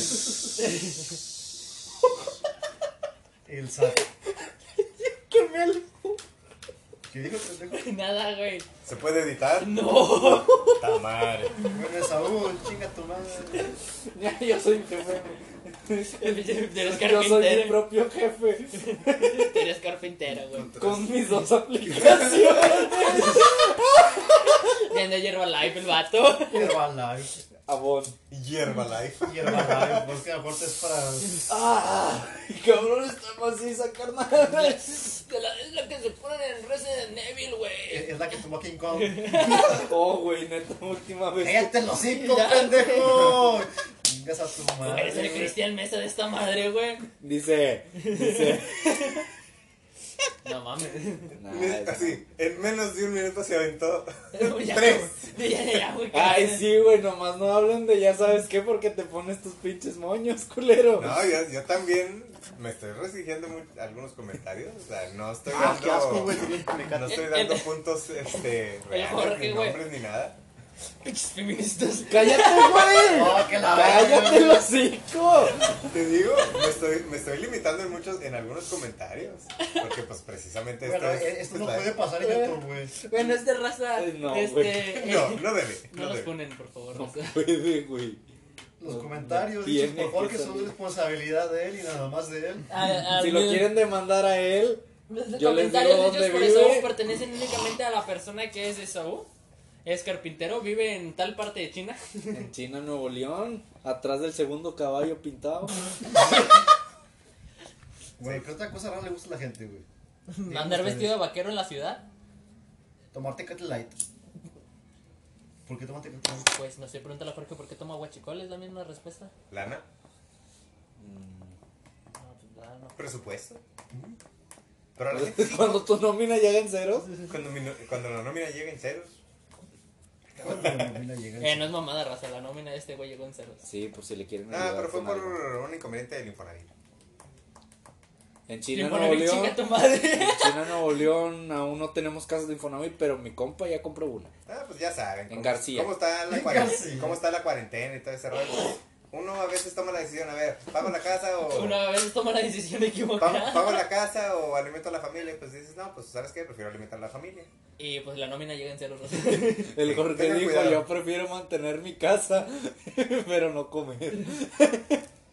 Speaker 3: güey.
Speaker 2: El SAT. ¿Qué dijo el pendejo?
Speaker 3: Nada, güey.
Speaker 4: ¿Se puede editar?
Speaker 3: No.
Speaker 4: Está madre.
Speaker 2: Bueno, Saúl, chinga tu madre.
Speaker 1: Ya, Yo soy mi jefe.
Speaker 3: Eres
Speaker 1: Yo soy mi
Speaker 3: carpintero.
Speaker 1: propio jefe.
Speaker 3: Eres carpintero, güey.
Speaker 1: Con mis dos aplicaciones.
Speaker 3: Viendo hierba live el vato.
Speaker 2: Hierba live.
Speaker 1: Avon.
Speaker 4: Hierba Life.
Speaker 2: Hierba live. Porque a lo mejor es para.
Speaker 1: ¡Ah! Cabrón, está maciza, carnal.
Speaker 3: De la- Es la que se ponen en Resident Evil, güey.
Speaker 2: Es la que tomó King Kong.
Speaker 1: Oh, güey, neta, última vez.
Speaker 2: ¡Cállate los cinco, pendejo! Chingas a tu
Speaker 3: Tú
Speaker 2: madre.
Speaker 3: Eres el
Speaker 2: güey.
Speaker 3: Cristian Mesa de esta madre, güey.
Speaker 1: Dice, dice.
Speaker 3: No mames.
Speaker 2: Ah,
Speaker 4: Así, en menos de un minuto se aventó.
Speaker 3: Ya,
Speaker 4: Tres.
Speaker 3: güey. Ya, ya, güey.
Speaker 1: Ay, sí, güey, nomás no hablen de ya sabes qué porque te pones tus pinches moños, culero.
Speaker 4: No, yo, yo también me estoy restringiendo mu- algunos comentarios. O sea, no estoy
Speaker 2: Ah, qué asco,
Speaker 4: dando,
Speaker 2: güey. Me
Speaker 4: no
Speaker 2: encanta.
Speaker 4: estoy dando puntos este, reales,
Speaker 3: Jorge,
Speaker 4: ni
Speaker 3: güey.
Speaker 4: nombres, ni nada.
Speaker 3: Pinches feministas.
Speaker 1: ¡Cállate, güey!
Speaker 2: ¡Oh, que la
Speaker 1: ¡Cállate el hocico!
Speaker 4: Te digo, me estoy, me estoy limitando en muchos, en algunos comentarios. Porque pues precisamente esto
Speaker 2: Bueno,
Speaker 4: es- pues,
Speaker 2: eh, esto no
Speaker 4: está-
Speaker 2: puede pasar en YouTube, güey.
Speaker 6: Bueno, es de raza.
Speaker 1: Ay, No, güey.
Speaker 3: este.
Speaker 4: No, no debe.
Speaker 3: No
Speaker 4: no
Speaker 3: los
Speaker 4: debe.
Speaker 3: ponen, por favor.
Speaker 1: No
Speaker 3: o sea.
Speaker 1: puede, güey.
Speaker 2: Los comentarios
Speaker 1: Bien,
Speaker 2: dichos por Jorge
Speaker 1: eso,
Speaker 2: son
Speaker 1: bien.
Speaker 2: responsabilidad de él y nada más de él.
Speaker 3: A- a-
Speaker 1: Si lo
Speaker 3: los-
Speaker 1: quieren demandar a él,
Speaker 3: Los
Speaker 1: yo les
Speaker 3: comentarios
Speaker 1: digo
Speaker 3: hechos
Speaker 1: dónde
Speaker 3: por
Speaker 1: vive.
Speaker 3: Esaú pertenecen únicamente a la persona que es Esaú. Es carpintero, vive en tal parte de China.
Speaker 1: en China, Nuevo León, atrás del segundo caballo pintado.
Speaker 2: Güey, ¿qué otra cosa rara le gusta a la gente, güey?
Speaker 3: Andar vestido de vaquero en la ciudad.
Speaker 2: Tomarte Tecate Light. ¿Por qué tomarte Tecate Light?
Speaker 3: Pues no sé, pregúntale a Jorge por qué toma guachicol, es la misma respuesta.
Speaker 4: ¿Lana?
Speaker 3: No, pues, ah, no.
Speaker 4: ¿Presupuesto? Pero a la gente
Speaker 1: Cuando tu nómina llega en cero,
Speaker 4: Cuando, mi no- cuando la nómina llega en ceros.
Speaker 2: Cuando la novela llega.
Speaker 3: Eh, no es mamada raza, la nómina de este güey llegó en ceros.
Speaker 1: sí, por si le quieren.
Speaker 4: Ah,
Speaker 1: ayudar
Speaker 4: pero fue
Speaker 1: con
Speaker 4: por
Speaker 1: algo.
Speaker 4: un inconveniente del Infonavit.
Speaker 1: En
Speaker 3: Y
Speaker 1: China, Nuevo
Speaker 3: poner en
Speaker 1: León.
Speaker 3: chinga tu madre.
Speaker 1: En China, Nuevo León, aún no tenemos casas de Infonavit, pero mi compa ya compró una.
Speaker 4: Ah, pues ya saben.
Speaker 1: En
Speaker 4: cómo-
Speaker 1: García.
Speaker 4: Cómo está, la
Speaker 2: En
Speaker 4: cuaren-
Speaker 2: García.
Speaker 4: ¿Cómo está la cuarentena y todo ese rollo? Uno a veces toma la decisión, a ver, ¿pago la casa o...?
Speaker 3: Una vez toma la decisión
Speaker 4: ¿Pago,
Speaker 3: equivocada.
Speaker 4: pago la casa o alimento a la familia? Pues dices, no, pues ¿sabes qué? Prefiero alimentar a la familia.
Speaker 3: Y pues la nómina llega en ceros. raza.
Speaker 1: El Jorge
Speaker 4: Tengan
Speaker 1: dijo,
Speaker 4: cuidado.
Speaker 1: yo prefiero mantener mi casa, pero no comer.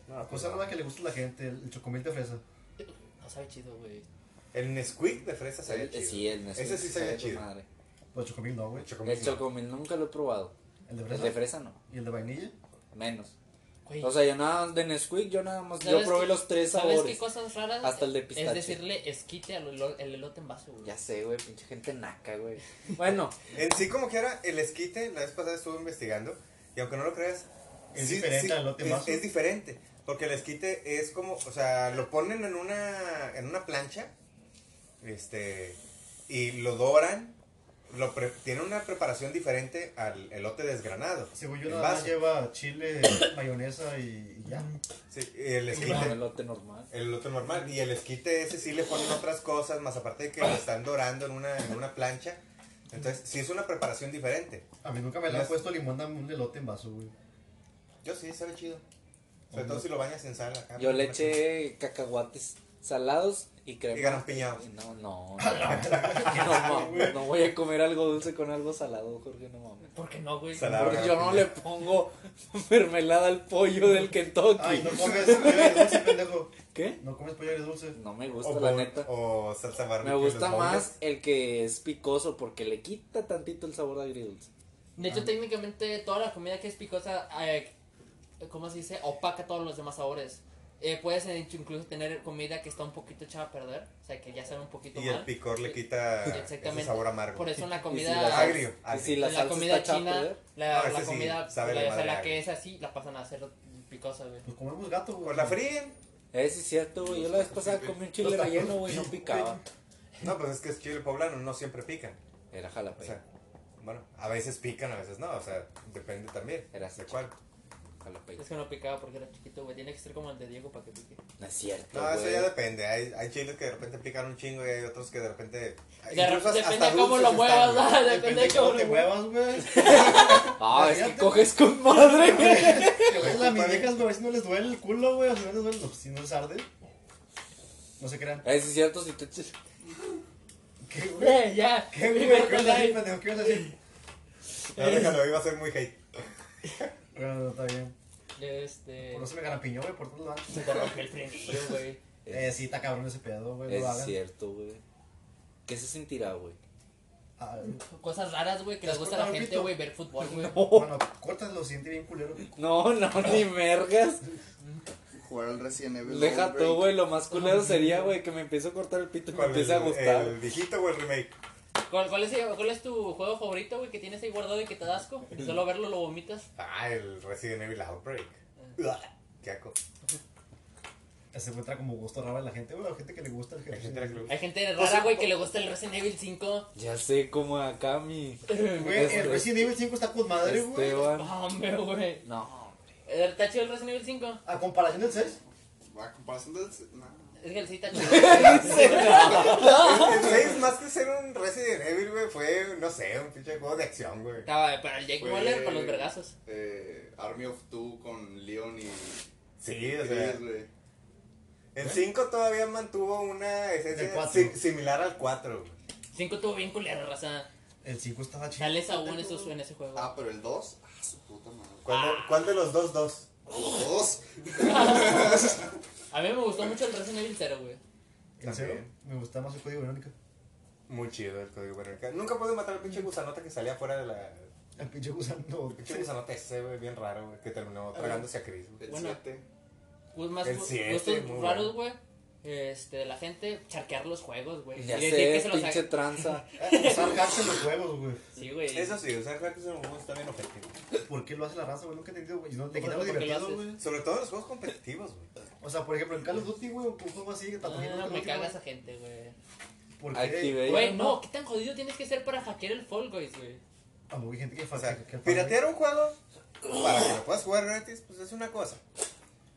Speaker 2: La cosa rara Pues, que le gusta a la gente, el el chocomil de fresa.
Speaker 3: No sabe chido, güey.
Speaker 4: El Nesquik de fresa sabía chido.
Speaker 1: Sí, el Nesquik
Speaker 4: Ese sí
Speaker 1: sabe
Speaker 4: sabía
Speaker 1: con
Speaker 4: chido.
Speaker 1: madre.
Speaker 2: Pues chocomil no, güey.
Speaker 4: El chocomil
Speaker 1: El
Speaker 4: no.
Speaker 1: chocomil nunca lo he probado.
Speaker 2: El de
Speaker 1: El
Speaker 2: fresa.
Speaker 1: de fresa no,
Speaker 2: ¿Y el de vainilla?
Speaker 1: menos.
Speaker 3: Güey,
Speaker 1: O sea, yo nada de Nesquik, yo nada más, yo
Speaker 3: ¿sabes
Speaker 1: probé
Speaker 3: qué-
Speaker 1: los tres
Speaker 3: ¿Sabes qué
Speaker 1: sabores.
Speaker 3: cosas raras?
Speaker 1: Hasta el de pistache.
Speaker 3: Es decirle esquite al elo- el elote en vaso, güey.
Speaker 1: Ya sé, güey, pinche gente naca, güey. Bueno,
Speaker 4: En sí, como quiera, el esquite, la vez pasada estuve investigando, y aunque no lo creas,
Speaker 2: Es
Speaker 4: sí-
Speaker 2: diferente
Speaker 4: sí,
Speaker 2: al elote en
Speaker 4: es-
Speaker 2: vaso.
Speaker 4: es diferente, porque el esquite es como, o sea, lo ponen en una, en una plancha, este, y lo doran, lo pre- tiene una preparación diferente al elote desgranado.
Speaker 2: Según yo,
Speaker 4: en
Speaker 2: nada más
Speaker 4: vaso.
Speaker 2: lleva chile, mayonesa y y ya.
Speaker 4: Sí, y el esquite.
Speaker 1: un elote normal.
Speaker 4: El elote normal. Y el esquite ese sí le ponen otras cosas, más aparte de que lo están dorando en una, en una plancha. Entonces, sí es una preparación diferente.
Speaker 2: A mí nunca me le han puesto limón a un elote en vaso, güey.
Speaker 4: Yo sí, sabe chido. Sobre todo si lo bañas en sal acá.
Speaker 1: Yo le eché cacahuates salados y crema.
Speaker 4: Y ganan piñados.
Speaker 1: No, no. No, no, mames, no voy a comer algo dulce con algo salado, Jorge, no mames.
Speaker 3: ¿Por qué no, güey?
Speaker 4: Salado.
Speaker 1: Porque yo no
Speaker 4: piña.
Speaker 1: le pongo mermelada al pollo del Kentucky.
Speaker 2: Ay, no comes pollo agridulce, dulce, pendejo.
Speaker 1: ¿Qué?
Speaker 2: No comes pollo agridulce dulce.
Speaker 1: No me
Speaker 4: o,
Speaker 1: gusta, la
Speaker 4: bol-
Speaker 1: neta.
Speaker 4: o salsa barbecue.
Speaker 1: Me gusta
Speaker 4: los bowls.
Speaker 1: más el que es picoso porque le quita tantito el sabor de agridulce.
Speaker 3: De hecho, técnicamente toda la comida que es picosa, eh, ¿cómo se dice? Opaca todos los demás sabores. Eh, puedes eh, incluso tener comida que está un poquito echada a perder, o sea, que ya sabe un poquito
Speaker 4: Y
Speaker 3: mal.
Speaker 4: el picor le quita
Speaker 3: Exactamente.
Speaker 4: ese sabor amargo.
Speaker 3: Por eso
Speaker 1: Y si la
Speaker 3: la comida
Speaker 1: sal-
Speaker 4: Agrio,
Speaker 1: y si
Speaker 4: agrio.
Speaker 1: la,
Speaker 3: la
Speaker 1: salsa
Speaker 3: comida
Speaker 1: está
Speaker 3: china,
Speaker 1: china.
Speaker 4: No,
Speaker 3: la,
Speaker 4: ese
Speaker 3: la
Speaker 4: sí,
Speaker 3: comida
Speaker 4: sabe
Speaker 3: la,
Speaker 4: de
Speaker 3: o sea,
Speaker 4: madre ah.
Speaker 3: la
Speaker 4: agria.
Speaker 3: que es así, la pasan a hacer picosa, güey.
Speaker 2: Pues comemos gato, güey.
Speaker 4: O la fríen.
Speaker 1: Ese Eh, es cierto, güey. Yo la vez pasada comí un chile
Speaker 2: Los tacos
Speaker 1: relleno, güey, no
Speaker 2: pican.
Speaker 1: picaba.
Speaker 4: No, pues es que es chile poblano, no siempre pican.
Speaker 1: Era
Speaker 4: O
Speaker 1: jalapeño.
Speaker 4: sea, bueno, a veces pican, a veces no. O sea, depende también
Speaker 1: Era
Speaker 4: de
Speaker 1: así.
Speaker 4: cuál.
Speaker 1: jalapeño.
Speaker 3: Es que no picaba porque era chiquito, güey. Tiene que ser como el de Diego para que pique.
Speaker 1: No es cierto,
Speaker 4: No, eso
Speaker 1: güey.
Speaker 4: ya depende. Hay, hay chiles que de repente pican un chingo y hay otros que de repente.
Speaker 3: De
Speaker 4: Ah, incluso
Speaker 3: repente,
Speaker 4: hasta
Speaker 3: depende cómo
Speaker 4: dulces
Speaker 3: lo
Speaker 4: están,
Speaker 3: muevas,
Speaker 4: güey.
Speaker 3: ¿verdad? depende de cómo
Speaker 2: te
Speaker 3: lo muevas.
Speaker 2: muevas, güey.
Speaker 1: Ah, es que
Speaker 2: Imagínate.
Speaker 1: coges con madre, güey.
Speaker 2: Las minejas, güey, a veces no les duele el culo, güey. A veces no les duele, no, pues, si no les arde. No se crean.
Speaker 1: Ese Eh, es cierto, si te echas.
Speaker 2: ¿Qué, güey?
Speaker 3: Eh, ya.
Speaker 2: ¿Qué, güey?
Speaker 3: Primer
Speaker 2: ¿Qué ibas a decir,
Speaker 3: live.
Speaker 2: pendejo? ¿Qué ibas a decir?
Speaker 4: No, déjalo, iba a ser muy hate.
Speaker 2: Bueno, no, está bien.
Speaker 3: Este.
Speaker 2: Por eso me garapiñó, güey, por todos lados.
Speaker 3: Se te rompió el frenillo, güey.
Speaker 2: Eh, sí, está cabrón ese pedo, güey. No lo
Speaker 1: Es
Speaker 2: hagan.
Speaker 1: cierto, güey. ¿Qué se sentirá, güey?
Speaker 2: Ah,
Speaker 3: Cosas raras, güey, que les gusta a la
Speaker 2: cortado el
Speaker 3: gente,
Speaker 2: pito?
Speaker 3: güey, ver fútbol, güey.
Speaker 2: Bueno, cortas lo siente bien culero.
Speaker 1: No, no, ni mergas.
Speaker 5: Jugar al Resident Evil.
Speaker 1: Deja
Speaker 5: Outbreak.
Speaker 1: tú, güey. Lo más culero sería, güey, que me empiece a cortar el pito y me
Speaker 4: ¿Cuál,
Speaker 1: empiece a
Speaker 4: el-
Speaker 1: gustar.
Speaker 4: ¿El viejito o el remake?
Speaker 3: ¿Cuál, cuál es, cuál es tu juego favorito, güey, que tienes ahí guardado y que te da asco? Y solo verlo lo vomitas.
Speaker 4: Ah, el Resident Evil Outbreak. Qué asco.
Speaker 2: Se encuentra como gusto raro en la gente, güey. La gente que le gusta el
Speaker 4: Hay gente a la que le
Speaker 2: gente.
Speaker 4: gusta.
Speaker 3: Hay gente rara, güey, que le gusta el Resident Evil 5.
Speaker 1: Ya sé cómo acá mi.
Speaker 2: Güey,
Speaker 1: Este-
Speaker 2: el Resident Evil 5 está con madre, güey.
Speaker 1: Esteban.
Speaker 3: Hombre, güey.
Speaker 1: No.
Speaker 3: Eh, ¿Está chido el Resident Evil 5?
Speaker 2: A comparación del 6.
Speaker 5: A comparación del. No.
Speaker 3: Es que el sí está chido.
Speaker 4: El 6, más que ser un Resident Evil, güey, fue, no sé, un pinche juego de acción, güey.
Speaker 3: Estaba para el Jake
Speaker 5: Fue-
Speaker 3: Waller con los vergazos.
Speaker 5: Eh, Army of Two con Leon y.
Speaker 4: Sí, o sea.
Speaker 5: Chris, güey.
Speaker 4: El 5 todavía mantuvo una
Speaker 2: Del
Speaker 4: esencia
Speaker 2: cuatro.
Speaker 4: si- similar al 4.
Speaker 3: 5 tuvo bien culera, raza.
Speaker 2: El 5 estaba chido.
Speaker 3: Sale Saúl en, esos- en ese juego.
Speaker 5: Ah, pero el 2. Ah, su puta madre.
Speaker 4: ¿Cuál, de- cuál de los dos, dos?
Speaker 5: Dos.
Speaker 3: A mí me gustó mucho el Resident Evil 0, güey.
Speaker 2: ¿En serio?
Speaker 4: También.
Speaker 2: Me gusta más el código verónica.
Speaker 4: Muy chido el código Verónica. Nunca pude matar al pinche gusanota que salía fuera de la.
Speaker 2: El pinche gusano.
Speaker 4: El pinche gusanote ese, güey, bien raro, güey, que terminó tragándose a Chris, güey.
Speaker 5: El
Speaker 3: Bueno.
Speaker 5: siete.
Speaker 3: Pues más
Speaker 4: El
Speaker 3: gu-
Speaker 4: siete,
Speaker 3: gustos
Speaker 4: muy
Speaker 3: raros, güey. Este, de la gente, charquear los juegos, güey.
Speaker 1: Ya
Speaker 3: Y decir que
Speaker 1: sé,
Speaker 3: se los
Speaker 1: pinche
Speaker 3: haga-
Speaker 1: tranza.
Speaker 2: Eh, Usar hacks en los juegos, güey.
Speaker 3: Sí, güey.
Speaker 4: Eso sí, o sea, creo que es un juego está bien objetivo.
Speaker 2: ¿Por qué lo hace la raza, güey? Nunca he entendido, güey. No, le
Speaker 3: ¿Por-
Speaker 2: quita lo
Speaker 3: por qué lo
Speaker 2: divertido,
Speaker 3: haces?
Speaker 2: güey.
Speaker 4: Sobre todo en los juegos competitivos, güey.
Speaker 2: O sea, por ejemplo, en Call of Duty, güey, un juego así,
Speaker 3: Ah,
Speaker 2: tanto que no
Speaker 3: me caga esa gente, güey.
Speaker 2: ¿Por qué?
Speaker 1: Activate.
Speaker 3: Güey, no, ¿qué tan jodido tienes que ser para hackear el Fall Guys, güey?
Speaker 2: Ah, güey, gente que
Speaker 4: O
Speaker 2: falta.
Speaker 4: sea, piratear un juego para que lo puedas jugar gratis, pues es una cosa.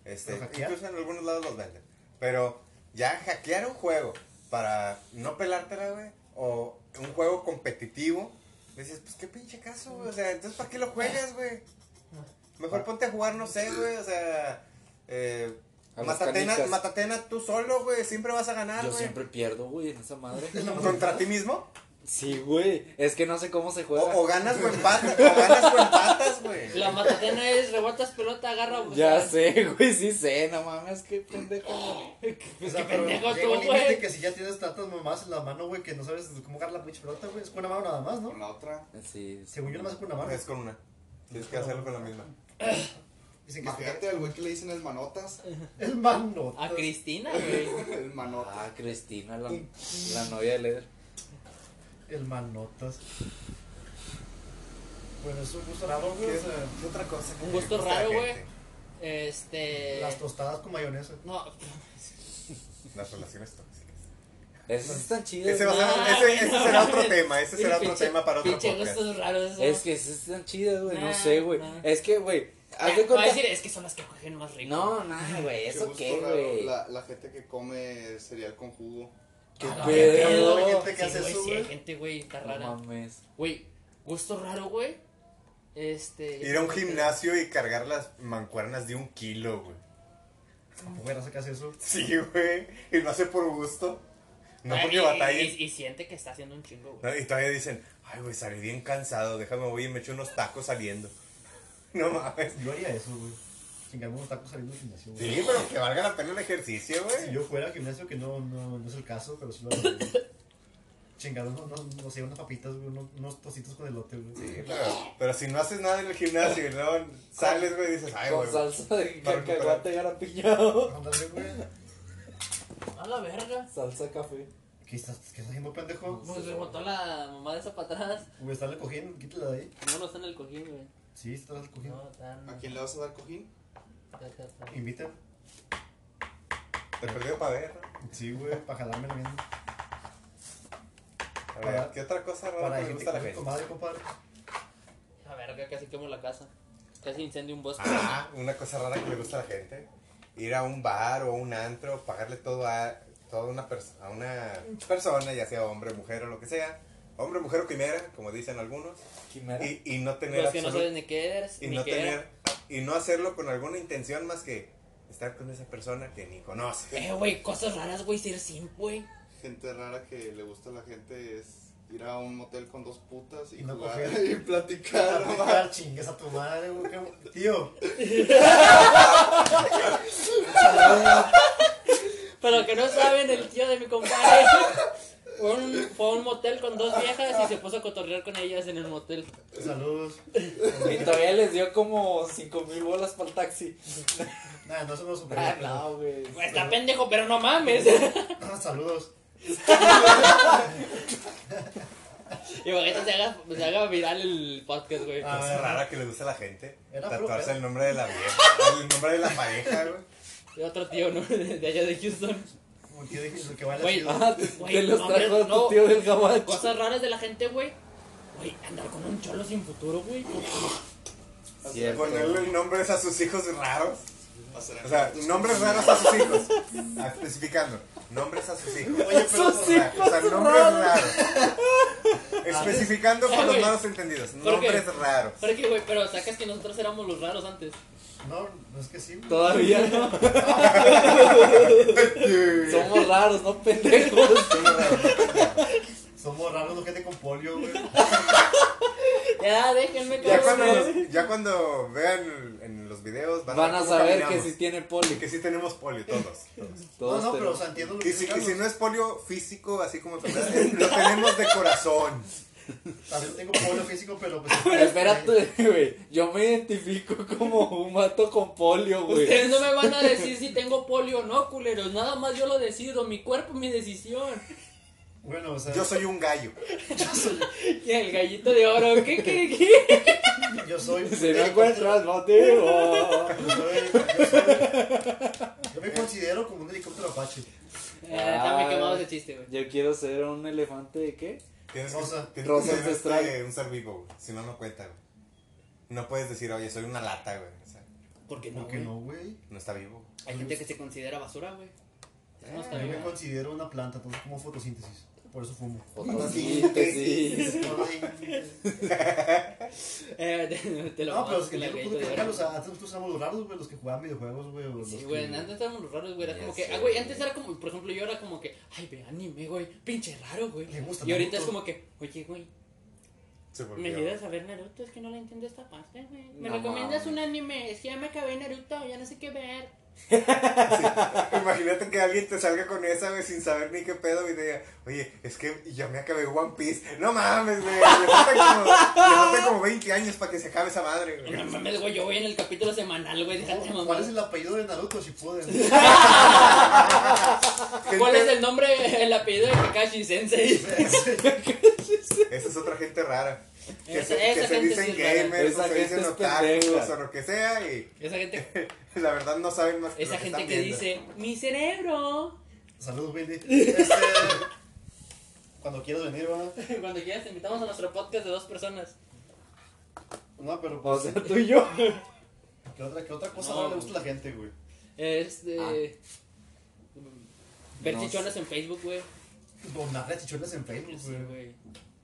Speaker 4: Este,
Speaker 2: ¿Pero hackear?
Speaker 4: incluso en algunos lados los venden. Pero ya hackear un juego para no pelártela, güey, o un juego competitivo, dices, pues qué pinche caso, güey. O sea, entonces ¿para qué lo juegas, güey? Mejor ponte a jugar, no sé, güey, o sea, eh,
Speaker 1: A las
Speaker 4: matatena,
Speaker 1: canicas.
Speaker 4: matatena tú solo, güey, siempre vas a ganar,
Speaker 1: Yo
Speaker 4: Ah, güey.
Speaker 1: siempre pierdo, güey, en esa madre.
Speaker 4: ¿Contra ti mismo?
Speaker 1: Sí, güey. Es que no sé cómo se
Speaker 4: O,
Speaker 1: juega.
Speaker 4: o ganas o empatas, o ganas o empatas, güey.
Speaker 3: La matatena es rebotas pelota, agarra.
Speaker 1: Ya
Speaker 3: busca.
Speaker 1: sé, güey, sí sé, no mames, qué pendejo. güey.
Speaker 2: O
Speaker 3: Pues qué
Speaker 2: sea, ah, pero
Speaker 3: pendejo
Speaker 2: llega un
Speaker 3: tú,
Speaker 2: límite
Speaker 3: güey.
Speaker 2: que si ya tienes tantas mamás en la mano, güey, que no sabes cómo agarrar la pinche pelota, güey. Es con una mano nada más,
Speaker 5: Con
Speaker 2: ¿no?
Speaker 5: la otra.
Speaker 1: Sí. sí.
Speaker 2: Según yo, nomás es con una mano.
Speaker 4: Es con una. Tienes que hacerlo con la misma.
Speaker 2: Dicen que
Speaker 5: Imagínate al güey que le dicen el manotas.
Speaker 2: es mano.
Speaker 3: A Cristina, güey.
Speaker 5: El manotas.
Speaker 1: Ah, Cristina, la, la novia de Leder.
Speaker 2: El manotas. Bueno, es un gusto raro, güey.
Speaker 4: ¿Qué,
Speaker 2: o sea,
Speaker 4: qué otra cosa?
Speaker 3: Un gusto
Speaker 4: ¿Qué gusta la
Speaker 3: raro, güey.
Speaker 4: gente?
Speaker 3: Este.
Speaker 2: Las tostadas con mayonesa.
Speaker 3: No,
Speaker 4: Las relaciones tóxicas.
Speaker 1: Esas están chidas.
Speaker 4: Ese, va a ser-
Speaker 3: Ah,
Speaker 4: ese- ese
Speaker 3: no,
Speaker 4: será
Speaker 3: no,
Speaker 4: otro
Speaker 3: no.
Speaker 4: tema, ese será otro
Speaker 3: Pinche-
Speaker 4: tema para otro
Speaker 3: pinche
Speaker 4: podcast.
Speaker 3: gustos raros. eso.
Speaker 1: Es que esas están chidas, güey, no
Speaker 3: Nah,
Speaker 1: sé, güey.
Speaker 3: nah.
Speaker 1: Es que, güey, haz de
Speaker 3: Eh, Ah, voy a
Speaker 1: cuenta.
Speaker 3: decir, es que son las que cogen más rico.
Speaker 1: No, nada, güey,
Speaker 5: Qué
Speaker 1: eso
Speaker 5: gusto
Speaker 1: qué,
Speaker 5: raro,
Speaker 1: güey.
Speaker 5: La, la gente que come cereal con jugo.
Speaker 1: Qué
Speaker 3: Ah,
Speaker 1: pedo.
Speaker 2: la gente
Speaker 3: Sí,
Speaker 2: que hace
Speaker 3: güey,
Speaker 2: eso,
Speaker 3: sí, hay
Speaker 2: güey.
Speaker 3: gente, güey, está
Speaker 1: No
Speaker 3: rara.
Speaker 1: mames.
Speaker 3: Güey, gusto raro, güey. Este.
Speaker 4: Ir a un gimnasio y cargar las mancuernas de un kilo, güey.
Speaker 3: Mm.
Speaker 2: Güey, raza que hace eso.
Speaker 4: Sí, güey. Y lo hace por gusto. No
Speaker 3: Ay,
Speaker 4: porque
Speaker 3: y-
Speaker 4: batalles.
Speaker 3: Y, y siente que está haciendo un chingo, güey.
Speaker 4: No, Y todavía dicen, ay, güey, salí bien cansado. Déjame, voy y me echo unos tacos saliendo. No mames.
Speaker 2: Yo haría eso, güey. Chingarme unos tacos saliendo del gimnasio, güey.
Speaker 4: Sí, pero que valga la pena el ejercicio,
Speaker 2: Si
Speaker 4: güey.
Speaker 2: yo fuera al gimnasio, que no, no, no es el caso, pero sí lo haría. güey. Chingados, no, no, no sé, unas papitas, güey, unos, unos tocitos con elote, güey.
Speaker 4: Sí, pero, pero si no haces nada en el gimnasio y luego sales, güey, y dices, ay,
Speaker 1: Con
Speaker 4: güey.
Speaker 1: salsa de
Speaker 4: Para recuperar.
Speaker 1: cacahuate garapiñado.
Speaker 2: Ándale, güey.
Speaker 3: A la verga.
Speaker 1: Salsa café.
Speaker 2: ¿Qué estás, pues, qué estás haciendo, pendejo?
Speaker 3: Pues rebotó la mamá de esa para atrás.
Speaker 2: Güey, estarle cogiendo, quítala de ahí.
Speaker 3: No, no está en el cojín, güey.
Speaker 2: Sí, estás cogiendo.
Speaker 3: No, están.
Speaker 5: ¿A quién le vas a dar cojín?
Speaker 3: Ah.
Speaker 2: Invita.
Speaker 4: Te perdió para ver, ¿no?
Speaker 2: Sí, güey, para jalarme la mierda.
Speaker 4: A ver, ¿qué otra cosa
Speaker 2: Para
Speaker 4: rara
Speaker 2: la
Speaker 4: que le
Speaker 2: gente
Speaker 4: gusta
Speaker 2: que
Speaker 4: a la
Speaker 2: come comadre,
Speaker 4: gente?
Speaker 2: compadre.
Speaker 3: A verga, casi quemo la casa. Casi incendio un bosque.
Speaker 4: Ah, una cosa rara que le gusta a la gente. Ir a un bar o a un antro, pagarle todo a toda una, pers- a una persona, ya sea hombre, mujer o lo que sea. Hombre, mujer o quimera, como dicen algunos.
Speaker 1: Quimera.
Speaker 4: Y, y no tener
Speaker 3: Los que no
Speaker 4: absolut-
Speaker 3: sabes ni qué eres,
Speaker 4: y
Speaker 3: ni
Speaker 4: no
Speaker 3: qué era.
Speaker 4: tener y no hacerlo con alguna intención más que estar con esa persona que ni conoce.
Speaker 3: Eh, güey, cosas raras, güey, ser simp, güey.
Speaker 5: Gente rara que le gusta a la gente es ir a un motel con dos putas y,
Speaker 2: Y no
Speaker 5: jugar
Speaker 2: coger.
Speaker 5: y platicar.
Speaker 2: Para
Speaker 5: nomás.
Speaker 2: picar, Ah, chingues a tu madre, güey. qué- Tío,
Speaker 3: Pero que no saben, el tío de mi compadre fue, a un, fue a un motel con dos viejas y se puso a cotorrear con ellas en el motel.
Speaker 2: saludos.
Speaker 1: Y todavía les dio como 5 mil bolas para el taxi.
Speaker 2: Nada, no somos super.
Speaker 1: Ah, no, güey.
Speaker 3: Güey, Está pendejo, pero no mames.
Speaker 2: Ah, Saludos.
Speaker 3: Y para que se haga, se haga viral el podcast, güey.
Speaker 2: Ah.
Speaker 4: Cosa rara que le gusta a la gente.
Speaker 2: Era
Speaker 4: Tatuarse
Speaker 2: flojera.
Speaker 4: el nombre de la vieja, el nombre de la pareja, güey.
Speaker 3: Y otro tío, ¿no? De allá de Houston.
Speaker 2: Como tío de Jesús, que baila
Speaker 3: Güey,
Speaker 2: chido.
Speaker 1: Ah, te,
Speaker 3: Güey,
Speaker 1: te los
Speaker 3: no,
Speaker 1: trajo
Speaker 3: hombre, no.
Speaker 1: tu tío del gabacho.
Speaker 3: Cosas raras de la gente, güey. Güey, andar con un cholo sin futuro, güey.
Speaker 1: Cierto.
Speaker 4: Ponerle nombres a sus hijos raros.
Speaker 5: Hacer
Speaker 4: O sea, nombres raros a sus hijos. Ah, Especificando, nombres a sus hijos. Oye,
Speaker 1: pero- Sus
Speaker 4: o sea,
Speaker 1: hijos
Speaker 4: o sea, nombres
Speaker 1: raros.
Speaker 4: raros. Especificando
Speaker 3: Ah,
Speaker 4: por los
Speaker 3: güey.
Speaker 4: malos entendidos,
Speaker 3: ¿Por qué?
Speaker 4: nombres raros.
Speaker 3: Pero que, güey, pero sacas que nosotros éramos los raros antes.
Speaker 2: No, no es que sí. güey.
Speaker 1: Todavía no. Somos raros, no pendejos.
Speaker 2: Somos raros, no gente con polio, güey.
Speaker 3: Ya, déjenme
Speaker 4: Ya
Speaker 3: cabrón.
Speaker 4: cuando, los- ya cuando vean en los los videos van,
Speaker 1: Van a
Speaker 4: cómo
Speaker 1: saber que
Speaker 4: caminamos.
Speaker 1: si tiene poli.
Speaker 4: Y que sí tenemos polio todos. todos.
Speaker 2: No,
Speaker 1: Todos
Speaker 2: no, pero o
Speaker 1: tenemos-
Speaker 2: sea, entiendo lo que
Speaker 4: Y si,
Speaker 2: dice
Speaker 4: y si no
Speaker 2: Carlos.
Speaker 4: es polio físico, así como enfermedad, es- lo tenemos de corazón.
Speaker 2: También tengo polio físico, pero pues.
Speaker 1: Espérate, güey. Yo me identifico como un vato con polio, güey.
Speaker 3: Ustedes no me van a decir si tengo polio o no, culeros. Nada más yo lo decido. Mi cuerpo, mi decisión.
Speaker 2: Bueno, o sea,
Speaker 4: Yo soy un gallo.
Speaker 3: ¿Qué? El gallito de oro. ¿Qué, qué, qué?
Speaker 2: yo soy.
Speaker 1: Si no encuentras motivo.
Speaker 2: Yo soy. Yo, soy, yo me considero como un helicóptero Apache.
Speaker 3: Ah, está muy quemado ese chiste, güey.
Speaker 1: Yo quiero ser un elefante de qué?
Speaker 4: Tienes
Speaker 2: Rosa.
Speaker 4: que, tienes
Speaker 1: Rosa
Speaker 4: que ser
Speaker 1: ancestral.
Speaker 4: este, un ser vivo, güey. Si no, no cuenta, güey. No puedes decir, oye, soy una lata, güey. O sea,
Speaker 3: ¿Por qué no,
Speaker 2: Aunque
Speaker 3: güey?
Speaker 2: no, güey.
Speaker 4: no está vivo.
Speaker 3: Hay gente que se considera basura, güey. Eso no está
Speaker 2: Yo me
Speaker 3: bien.
Speaker 2: considero una planta, entonces como fotosíntesis. Por eso fumo.
Speaker 1: Fotosíntesis.
Speaker 3: Eh, te, te lo
Speaker 2: No, pero
Speaker 3: mamaste
Speaker 2: es que yo
Speaker 3: con el
Speaker 2: no
Speaker 3: gallito
Speaker 2: pude ah.
Speaker 3: de oro.
Speaker 2: creer, o sea, antes nosotros éramos los raros, güey, los que jugaban videojuegos, güey. o los
Speaker 3: Sí,
Speaker 2: que-
Speaker 3: güey, antes éramos los raros, güey. Era
Speaker 4: Ya
Speaker 3: como que,
Speaker 4: sé,
Speaker 3: ah, güey,
Speaker 4: güey.
Speaker 3: antes era como, por ejemplo, yo era como que, ay, ve anime, güey, pinche raro, güey.
Speaker 2: Le gusta
Speaker 3: Y ahorita es
Speaker 2: Naruto.
Speaker 3: como que, oye, güey,
Speaker 4: Se
Speaker 3: me
Speaker 4: volvió.
Speaker 3: ayudas a ver Naruto, es que no le entiendo esta parte, güey. Me
Speaker 1: No
Speaker 3: recomiendas
Speaker 1: mames.
Speaker 3: un anime, es que ya me acabé Naruto, ya no sé qué ver.
Speaker 4: Imagínate que alguien te salga con esa, güey, sin saber ni qué pedo, y te diga, oye, es que ya me acabé One Piece. No mames, güey. Le faltan como, le faltan como 20 años para que se acabe esa madre, güey.
Speaker 3: No mames, güey, yo voy en el capítulo semanal, güey, déjate
Speaker 2: ¿Cuál-
Speaker 3: mamar.
Speaker 2: ¿Cuál es el apellido de Naruto, si pueden?
Speaker 4: Gente-
Speaker 3: ¿Cuál es el nombre, el apellido de Kakashi Sensei?
Speaker 4: Esa es otra gente rara. Que
Speaker 3: Esa-
Speaker 4: se,
Speaker 3: esa
Speaker 4: que se
Speaker 3: gente
Speaker 4: dicen
Speaker 3: sí es rara.
Speaker 4: gamers,
Speaker 1: Esa
Speaker 4: o se
Speaker 1: gente
Speaker 4: dicen
Speaker 1: es
Speaker 4: otakus,
Speaker 1: pendeja.
Speaker 4: o lo que sea, y
Speaker 3: Esa gente,
Speaker 4: la verdad no saben más
Speaker 3: esa
Speaker 4: lo
Speaker 3: gente que
Speaker 4: están viendo.
Speaker 3: dice, mi cerebro.
Speaker 2: Saludos, Wendy. Este, cuando quieras venir, ¿verdad?
Speaker 3: Cuando quieras te invitamos a nuestro podcast de dos personas.
Speaker 2: No, pero
Speaker 1: O
Speaker 2: pues,
Speaker 1: sea, tú y yo.
Speaker 2: ¿qué otra, qué otra cosa
Speaker 3: No,
Speaker 2: rara le gusta a la gente, güey?
Speaker 3: Este. Ver
Speaker 1: No
Speaker 3: chichones en Facebook, güey.
Speaker 2: Donarle a chichones en Facebook,
Speaker 3: Sí,
Speaker 2: Pues güey.
Speaker 3: güey.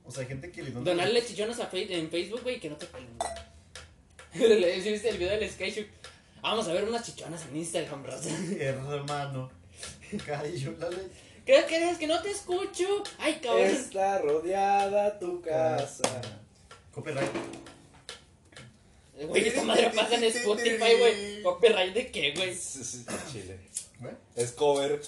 Speaker 2: O sea, hay gente que le dona.
Speaker 3: Donarle chichones a Face- en Facebook, güey, que no te pelen, güey. Le- ¿Sí viste el video del SkyShoot? Vamos a ver unas chichonas en Instagram, raza.
Speaker 2: Hermano. Cayó la ley.
Speaker 3: ¿Qué crees que no te escucho? Ay, cabrón.
Speaker 1: Está rodeada tu casa.
Speaker 2: Copyright.
Speaker 3: Güey, esta madre pasa en Spotify, güey. ¿Copyright de qué, güey?
Speaker 1: Chile.
Speaker 2: ¿Ve?
Speaker 1: Es cover.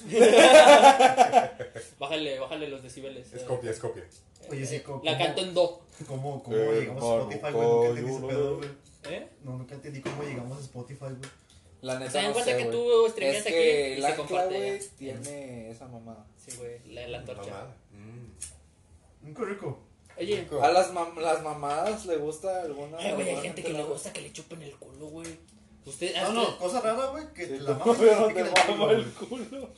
Speaker 3: Bájale, bájale los decibeles.
Speaker 4: Es
Speaker 3: eh.
Speaker 4: copia, es copia.
Speaker 2: Oye, sí, ¿cómo?
Speaker 3: La canto en do.
Speaker 2: ¿Cómo, cómo
Speaker 1: Eh,
Speaker 2: llegamos a
Speaker 1: hermano,
Speaker 2: Spotify, güey? Nunca entendí ese
Speaker 1: coño,
Speaker 2: pedo, güey.
Speaker 3: ¿Eh?
Speaker 2: No, nunca entendí cómo llegamos a Spotify, güey.
Speaker 1: La
Speaker 3: ¿Se
Speaker 1: neta
Speaker 3: dan
Speaker 1: no
Speaker 3: cuenta
Speaker 1: sé,
Speaker 3: que
Speaker 1: güey.
Speaker 3: tú streameas
Speaker 1: Es
Speaker 3: aquí
Speaker 1: que
Speaker 3: y
Speaker 1: la
Speaker 3: se
Speaker 1: ancla,
Speaker 3: comparte?
Speaker 1: güey,
Speaker 3: ya?
Speaker 1: tiene esa mamada.
Speaker 3: Sí, güey, la, la antorcha.
Speaker 4: Mamada. Mm.
Speaker 2: Un rico.
Speaker 3: Oye,
Speaker 1: A las, mam- las mamadas le gusta alguna.
Speaker 3: Ay, Eh, güey, hay
Speaker 1: mamada?
Speaker 3: gente que le gusta que le chupen el culo, güey. Usted,
Speaker 2: No, no, cosa rara, güey, que
Speaker 1: Sí,
Speaker 2: te la
Speaker 1: ¿cómo
Speaker 2: mames.
Speaker 1: vieron
Speaker 2: que te
Speaker 1: de
Speaker 2: piquen el
Speaker 1: mamo
Speaker 2: culo,
Speaker 1: el
Speaker 2: güey.
Speaker 1: culo?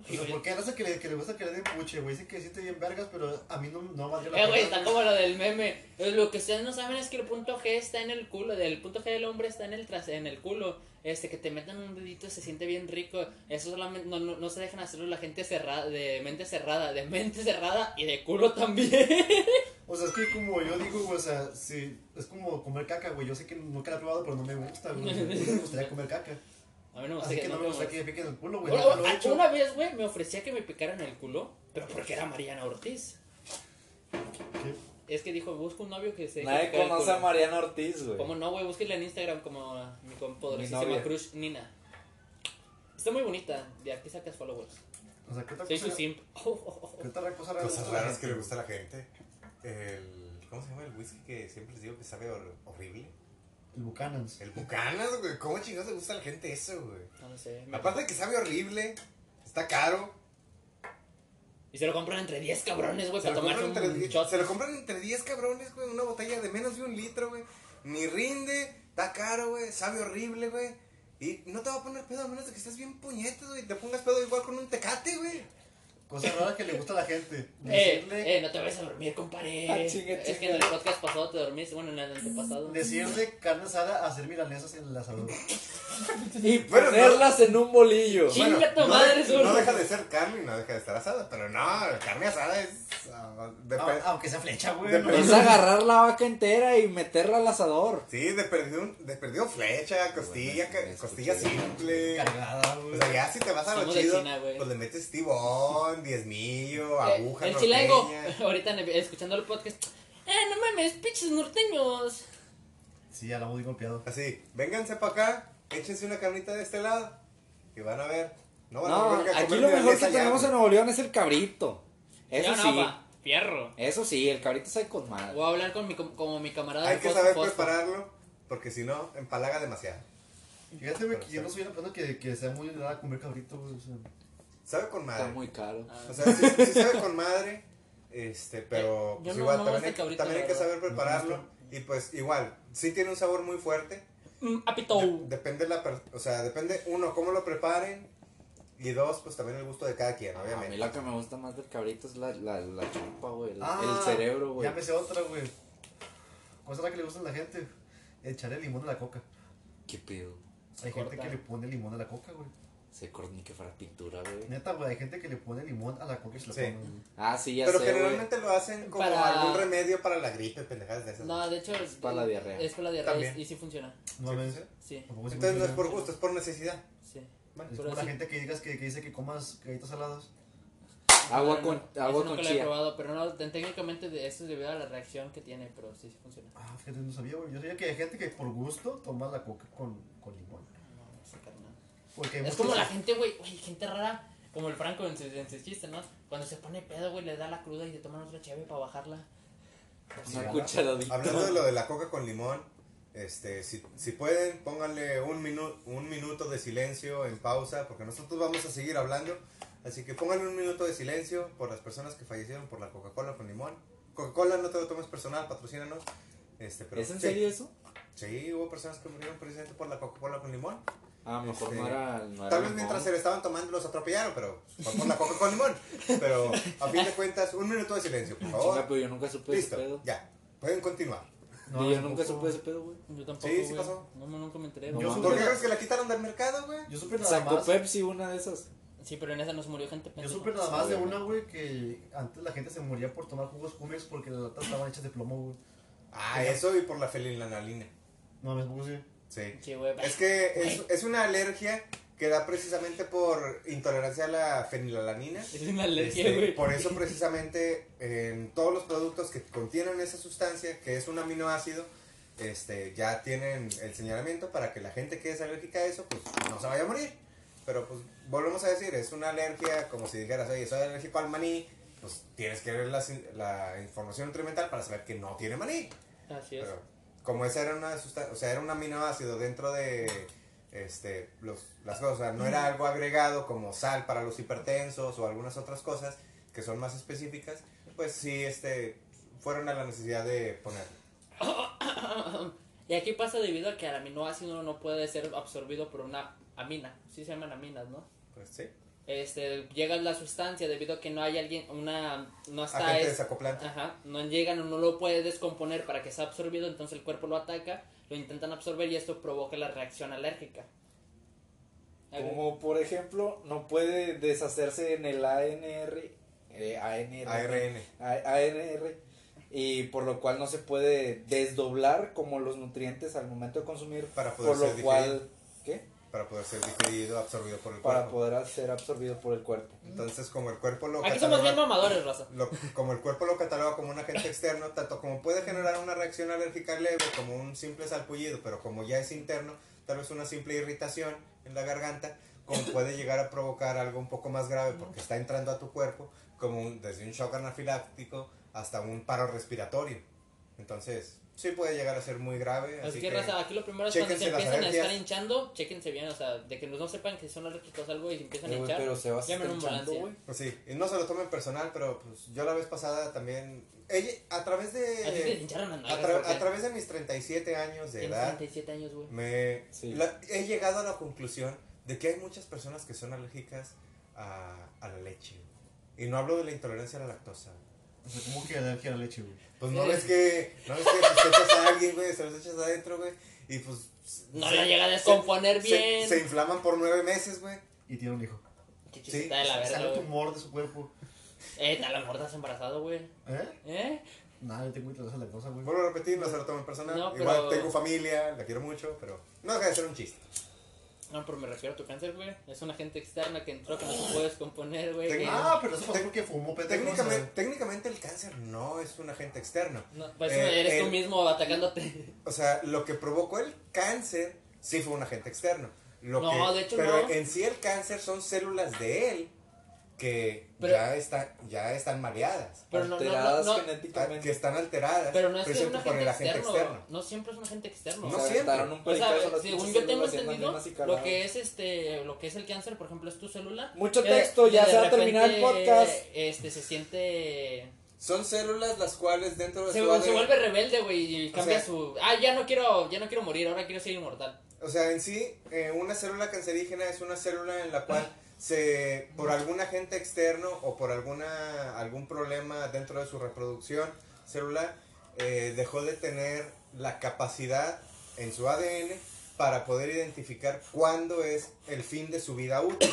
Speaker 2: O sea, ¿por qué raza que le, que le gusta que le den puche, güey? Dicen que siente bien vergas, pero a mí no, no valió la
Speaker 3: Eh, güey,
Speaker 2: pena,
Speaker 3: está como lo del meme. Eh, Lo que ustedes no saben es que el punto G está en el culo. El punto G del hombre está en el tras en el culo. Este, que te metan un dedito se siente bien rico. Eso solamente, no, no, no se dejan hacerlo la gente cerrada, de mente cerrada, de mente cerrada y de culo también.
Speaker 2: O sea, es que como yo digo, güey, o sea, si, es como comer caca, güey. Yo sé que nunca la he probado, pero no me gusta, güey. No me gustaría comer caca.
Speaker 3: A mí no me gusta
Speaker 2: Así que no me
Speaker 3: gusta
Speaker 2: gustaría que me piquen el culo, güey.
Speaker 3: Una,
Speaker 2: Nunca lo he hecho.
Speaker 3: una vez, güey, me ofrecía que me picaran el culo, pero porque era Mariana Ortiz. Es que dijo, busco un novio que se... que
Speaker 1: Nadie
Speaker 3: pique el
Speaker 1: conoce
Speaker 3: culo".
Speaker 1: a Mariana Ortiz, güey.
Speaker 3: ¿Cómo no, güey? Búsquenla en Instagram como ah, mi compoderosísima
Speaker 1: novia.
Speaker 3: crush Nina. Está muy bonita. De aquí sacas followers.
Speaker 2: O sea, ¿qué otra
Speaker 3: Soy
Speaker 2: cosa?
Speaker 3: su simp. Oh, oh, oh.
Speaker 2: ¿Qué otra cosa rara? le gusta
Speaker 4: Cosas
Speaker 2: a la
Speaker 4: raras que le
Speaker 2: gente?
Speaker 4: gusta a la gente. El, ¿Cómo se llama el whisky que siempre les digo que sabe hor- horrible?
Speaker 2: El Buchanan's.
Speaker 4: El Bucanas, güey. ¿Cómo chingados le gusta a la gente eso, güey?
Speaker 3: No lo sé. me-
Speaker 4: Aparte de que sabe horrible, está caro.
Speaker 3: Y se lo compran entre 10 cabrones, güey,
Speaker 4: Se
Speaker 3: para
Speaker 4: lo,
Speaker 3: tomarse
Speaker 4: compran
Speaker 3: un
Speaker 4: entre die-
Speaker 3: shot.
Speaker 4: se lo compran entre 10 cabrones, güey. Una botella de menos de un litro, güey. Ni rinde, está caro, güey. Sabe horrible, güey. Y no te va a poner pedo a menos de que estés bien puñetas, güey. Te pongas pedo igual con un tecate, güey.
Speaker 2: Cosas raras que le gusta a la gente.
Speaker 3: Eh,
Speaker 2: Decirle,
Speaker 3: eh, no te vayas a dormir, compadre.
Speaker 1: Ah, chinga,
Speaker 3: Es que
Speaker 1: chinga.
Speaker 3: en el podcast pasado te dormiste. Bueno, en el antepasado.
Speaker 2: decirle carne asada a hacer milanesas en Ah, la salud.
Speaker 1: Y
Speaker 4: Bueno,
Speaker 1: ponerlas en un bolillo.
Speaker 3: Sí. Chinga tu
Speaker 4: Pues no,
Speaker 3: madre,
Speaker 4: de-
Speaker 3: seguro.
Speaker 4: no deja de ser carne y no deja de estar asada. Pero no, carne asada es. ah, de
Speaker 2: Ah,
Speaker 4: per-
Speaker 2: Aunque sea flecha, güey.
Speaker 4: Depende.
Speaker 1: Es agarrar la vaca entera y meterla al asador.
Speaker 4: Sí, de perdido, un- de perdido flecha, costilla,
Speaker 1: Bueno,
Speaker 4: ca-
Speaker 1: escuché.
Speaker 4: costilla simple.
Speaker 2: Cargada,
Speaker 4: O
Speaker 2: güey.
Speaker 4: sea, ya si te vas a lo
Speaker 3: Somos de
Speaker 4: chido,
Speaker 3: China, güey.
Speaker 4: pues le metes tibón, diezmillo,
Speaker 3: Eh,
Speaker 4: aguja,
Speaker 3: el chilango,
Speaker 4: norteña.
Speaker 3: ahorita en el- escuchando el podcast. Eh, no mames, pinches norteños.
Speaker 2: Sí, al Audi golpeado.
Speaker 4: Así, vénganse para acá, échense una carnita de este lado y van a ver. No van
Speaker 1: No,
Speaker 4: a tener que
Speaker 1: aquí
Speaker 4: comer
Speaker 1: lo mejor
Speaker 4: milanesa
Speaker 1: que
Speaker 4: ya,
Speaker 1: tenemos en
Speaker 4: güey.
Speaker 1: Nuevo León es el cabrito. Eso
Speaker 3: Yo no,
Speaker 1: sí,
Speaker 3: pa, fierro.
Speaker 1: eso sí, el cabrito sabe con madre.
Speaker 3: Voy a hablar con mi, com- como mi camarada.
Speaker 4: Hay
Speaker 3: de
Speaker 4: que
Speaker 3: Fos-
Speaker 4: saber
Speaker 3: Fosfo.
Speaker 4: prepararlo porque si no, empalaga demasiado.
Speaker 2: Fíjate, güey, que yo no soy una persona que, que sea muy de nada comer cabrito, güey. o sea.
Speaker 4: Sabe con
Speaker 1: Está
Speaker 4: madre.
Speaker 1: muy caro.
Speaker 3: Ah,
Speaker 4: O sea, sí, sí sabe con madre, este, pero
Speaker 3: Eh, yo
Speaker 4: pues
Speaker 3: no-
Speaker 4: igual
Speaker 3: no me gusta
Speaker 4: también, hay,
Speaker 3: el cabrito,
Speaker 4: también
Speaker 3: la
Speaker 4: hay que
Speaker 3: verdad.
Speaker 4: saber prepararlo. Y pues igual, sí tiene un sabor muy fuerte.
Speaker 3: mm, apito.
Speaker 4: De- depende la per- o sea, depende uno cómo lo preparen y dos, pues también el gusto de cada quien,
Speaker 1: A mí
Speaker 4: obviamente.
Speaker 1: lo que Ah, me gusta más del cabrito es la, la, la chupa, güey. El,
Speaker 2: Ah,
Speaker 1: el cerebro, güey.
Speaker 2: Ya me sé otra, güey. ¿Cuál será que le gusta a la gente? Echarle limón a la coca.
Speaker 1: ¿Qué pedo?
Speaker 2: Hay gente
Speaker 3: Corta.
Speaker 2: que le pone limón a la coca, güey.
Speaker 1: Se corta ni que fuera pintura, güey.
Speaker 2: Neta, güey, hay gente que le pone limón a la coca y se lo
Speaker 4: Sí.
Speaker 2: toma, güey.
Speaker 1: Ah, sí, ya
Speaker 4: Pero
Speaker 1: sé, güey.
Speaker 4: generalmente lo hacen como
Speaker 3: Para-
Speaker 4: algún remedio para la gripe, pendejadas de esas.
Speaker 3: No, de hecho. Es
Speaker 1: para la diarrea.
Speaker 3: Es para la diarrea
Speaker 4: También.
Speaker 3: y, y sí funciona.
Speaker 2: No,
Speaker 4: Sí,
Speaker 2: mames.
Speaker 4: sí.
Speaker 3: Sí,
Speaker 2: Tampoco
Speaker 1: Pues
Speaker 2: se
Speaker 4: Entonces no es
Speaker 2: funciona.
Speaker 4: por gusto, es por necesidad.
Speaker 3: sí.
Speaker 2: Es
Speaker 3: Pero
Speaker 2: por la
Speaker 3: sí.
Speaker 2: gente que digas que, que dice que comas galletas saladas.
Speaker 1: Agua
Speaker 3: No, no,
Speaker 1: con-
Speaker 3: no,
Speaker 1: agua
Speaker 3: eso
Speaker 1: con
Speaker 3: nunca lo he
Speaker 1: chía.
Speaker 3: probado, pero no, te- técnicamente de- eso es debido a la reacción que tiene, pero sí, sí funciona.
Speaker 2: Ah, fíjate, no sabía, güey. Yo sabía que hay gente que por gusto toma la coca con, con limón.
Speaker 3: No, no sé, carnal.
Speaker 2: Porque hay
Speaker 3: Es
Speaker 2: muchos-
Speaker 3: como la gente, güey, güey, gente rara. Como el Franco en sus, en sus chistes, ¿no? Cuando se pone pedo, güey, le da la cruda y se toman otra chévere para bajarla.
Speaker 1: Una cucharadita.
Speaker 4: Hablando de lo de la coca con limón, este, si, si pueden, pónganle un, minu- un minuto de silencio en pausa, porque nosotros vamos a seguir hablando. Así que pónganle un minuto de silencio por las personas que fallecieron por la Coca-Cola con limón. Coca-Cola no te lo tomes personal, patrocínanos. Este, pero,
Speaker 1: ¿Es en
Speaker 4: sí.
Speaker 1: serio eso?
Speaker 4: Sí, hubo personas que murieron precisamente por la Coca-Cola con limón.
Speaker 1: Ah, mejor no
Speaker 4: Este,
Speaker 1: era. No era
Speaker 4: Tal vez
Speaker 1: limón.
Speaker 4: mientras se lo estaban tomando los atropellaron, pero fue por la coca con limón. Pero a fin de cuentas, un minuto de silencio, por
Speaker 1: Chinga,
Speaker 4: favor.
Speaker 1: pero yo nunca supe ese
Speaker 4: Listo,
Speaker 1: pedo.
Speaker 4: ya. Pueden continuar.
Speaker 2: No,
Speaker 1: y yo
Speaker 2: tampoco.
Speaker 1: nunca supe ese pedo, güey.
Speaker 3: Yo tampoco,
Speaker 4: Sí, sí
Speaker 3: güey.
Speaker 4: pasó.
Speaker 3: No, no, nunca me enteré.
Speaker 2: No,
Speaker 3: güey.
Speaker 2: mames.
Speaker 4: ¿Por qué crees que la quitaron del mercado, güey?
Speaker 2: Yo supe nada
Speaker 1: Sacó
Speaker 2: más.
Speaker 1: Pepsi una de esas.
Speaker 3: Sí, pero en esa nos murió gente.
Speaker 2: Yo
Speaker 3: pendejo.
Speaker 2: supe nada más de
Speaker 1: Sí,
Speaker 2: una, güey, que antes la gente se moría por tomar jugos Cumex porque las latas estaban hechas de plomo, güey.
Speaker 4: Ah, eso y por la felilanalina.
Speaker 2: No, me pongo sí.
Speaker 4: Sí.
Speaker 3: Sí, güey.
Speaker 4: Es que es, es una alergia que da precisamente por intolerancia a la fenilalanina.
Speaker 3: Es una alergia,
Speaker 4: Este,
Speaker 3: güey.
Speaker 4: por eso precisamente en todos los productos que contienen esa sustancia, que es un aminoácido, este, ya tienen el señalamiento para que la gente que es alérgica a eso, pues no se vaya a morir. Pero pues volvemos a decir, es una alergia como si dijeras, oye, soy alérgico al maní, pues tienes que ver la, la información nutrimental para saber que no tiene maní.
Speaker 3: Así es.
Speaker 4: Pero como esa era una sustancia, o sea, era un aminoácido dentro de este, los, las cosas, o sea, no era algo agregado como sal para los hipertensos o algunas otras cosas que son más específicas, pues sí, este, fueron a la necesidad de ponerlo.
Speaker 3: Y aquí pasa debido a que el aminoácido no puede ser absorbido por una amina. Sí se llaman aminas, ¿no?
Speaker 4: Pues sí,
Speaker 3: Este, llega la sustancia debido a que no hay alguien, una, no está
Speaker 4: agente
Speaker 3: es-
Speaker 4: desacoplante.
Speaker 3: Ajá, no llegan o no lo puede descomponer para que sea absorbido, entonces el cuerpo lo ataca, lo intentan absorber y esto provoca la reacción alérgica.
Speaker 1: Como por ejemplo, no puede deshacerse en el ANR. eh, ANR.
Speaker 4: ARN.
Speaker 1: A- ANR. Y por lo cual no se puede desdoblar como los nutrientes al momento de consumir.
Speaker 4: Para poder
Speaker 1: por lo
Speaker 4: ser
Speaker 1: cual. ¿Qué?
Speaker 4: Para poder ser digerido, absorbido por el
Speaker 1: Para
Speaker 4: cuerpo.
Speaker 1: poder ser absorbido por el cuerpo.
Speaker 4: Entonces, como el cuerpo lo
Speaker 3: Aquí somos bien
Speaker 4: cataloga-
Speaker 3: mamadores, raza.
Speaker 4: lo- como el cuerpo lo cataloga como un agente externo, tanto como puede generar una reacción alérgica leve, como un simple salpullido, pero como ya es interno, tal vez una simple irritación en la garganta, como puede llegar a provocar algo un poco más grave porque está entrando a tu cuerpo, como un- desde un shock anafiláctico hasta un paro respiratorio. Entonces, sí puede llegar a ser muy grave.
Speaker 3: Así
Speaker 4: Así
Speaker 3: que, Pues raza, aquí lo primero es cuando
Speaker 4: chéquense
Speaker 3: se
Speaker 4: las
Speaker 3: empiezan a estar
Speaker 4: alergias.
Speaker 3: hinchando, chéquense bien, o sea, de que no sepan que son alérgicos a algo y se empiezan a
Speaker 1: Eh, güey,
Speaker 3: hinchar.
Speaker 1: pero se va a
Speaker 3: llamen a una ambulancia.
Speaker 4: Pues sí, y no se lo tomen personal, pero pues yo la vez pasada también, ella, a través
Speaker 3: A ti te
Speaker 4: de...
Speaker 3: hincharon las
Speaker 4: A,
Speaker 3: nalgas,
Speaker 4: tra-
Speaker 3: ¿por qué?
Speaker 4: a través de mis 37 años eh, de
Speaker 3: Tienes
Speaker 4: edad,
Speaker 3: 37 años, güey.
Speaker 4: Me,
Speaker 1: Sí.
Speaker 4: la- he llegado a la conclusión de que hay muchas personas que son alérgicas a, a la leche. Y no hablo de la intolerancia a la lactosa.
Speaker 2: O sea, ¿cómo que alergia a la leche, güey?
Speaker 4: Pues no
Speaker 3: Eh.
Speaker 4: ves que, no ves que pues, echas a alguien, güey, se los echas adentro, güey, y pues...
Speaker 3: No
Speaker 4: se-
Speaker 3: la llega a descomponer
Speaker 4: se-
Speaker 3: bien.
Speaker 4: Se, inflaman por nueve meses, güey.
Speaker 2: Y tiene un hijo.
Speaker 3: Qué
Speaker 4: sí,
Speaker 3: chisita de la
Speaker 2: Sale
Speaker 3: verga,
Speaker 2: un
Speaker 3: güey.
Speaker 2: tumor de su cuerpo.
Speaker 3: Eh, tal, a lo mejor estás embarazado, güey.
Speaker 2: ¿Eh?
Speaker 3: ¿Eh?
Speaker 2: Nada, yo tengo interés en la cosa, güey.
Speaker 4: Vuelvo a repetir, no se lo tomen personal.
Speaker 3: No,
Speaker 4: Igual
Speaker 3: pero-
Speaker 4: tengo familia, la quiero mucho, pero no deja de ser un chiste.
Speaker 3: No, pero me refiero a tu cáncer, güey. Es una gente externa que entró que no se puede descomponer, güey. Eh,
Speaker 4: Tengo-
Speaker 3: que-
Speaker 2: Ah, pero eso pasó porque fumó pete
Speaker 4: Técnicamente, técnicamente el cáncer no es un agente externo.
Speaker 3: No, pues
Speaker 4: Eh,
Speaker 3: eres
Speaker 4: el-
Speaker 3: tú mismo atacándote.
Speaker 4: O sea, lo que provocó el cáncer sí fue un agente externo. Lo
Speaker 3: No,
Speaker 4: que-
Speaker 3: de hecho,
Speaker 4: pero
Speaker 3: no.
Speaker 4: en sí el cáncer son células de él que
Speaker 3: Pero-
Speaker 4: ya, están, ya están mareadas,
Speaker 3: Pero no, no, no,
Speaker 1: alteradas
Speaker 3: no.
Speaker 4: que
Speaker 1: genéticamente.
Speaker 4: están alteradas,
Speaker 3: Pero no es que es un
Speaker 4: precisamente por
Speaker 3: agente
Speaker 4: el agente
Speaker 3: externo.
Speaker 4: externo.
Speaker 3: No siempre es un agente externo.
Speaker 4: No
Speaker 1: Se
Speaker 4: siempre.
Speaker 1: aventaron un
Speaker 3: O sea,
Speaker 1: pericazo a las
Speaker 3: Pues, según
Speaker 1: pinches
Speaker 3: yo tengo
Speaker 1: células y andan
Speaker 3: entendido,
Speaker 1: bien
Speaker 3: lo
Speaker 1: acicaladas.
Speaker 3: que es este, lo que es el cáncer, por ejemplo, es tu célula.
Speaker 1: Mucho
Speaker 3: que de-
Speaker 1: texto, ya
Speaker 3: que
Speaker 1: se
Speaker 3: de
Speaker 1: va a terminar el
Speaker 3: repente,
Speaker 1: podcast.
Speaker 3: Este se siente
Speaker 4: Son células las cuales dentro de
Speaker 3: se,
Speaker 4: su
Speaker 3: se
Speaker 4: ADN
Speaker 3: vuelve rebelde, güey, y
Speaker 4: O
Speaker 3: cambia
Speaker 4: sea-
Speaker 3: su Ah, ya no quiero, ya no quiero morir, ahora quiero ser inmortal.
Speaker 4: O sea, en sí, eh, una célula cancerígena es una célula en la cual se, por algún agente externo o por alguna, algún problema dentro de su reproducción celular, eh, dejó de tener la capacidad en su ADN para poder identificar cuándo es el fin de su vida útil.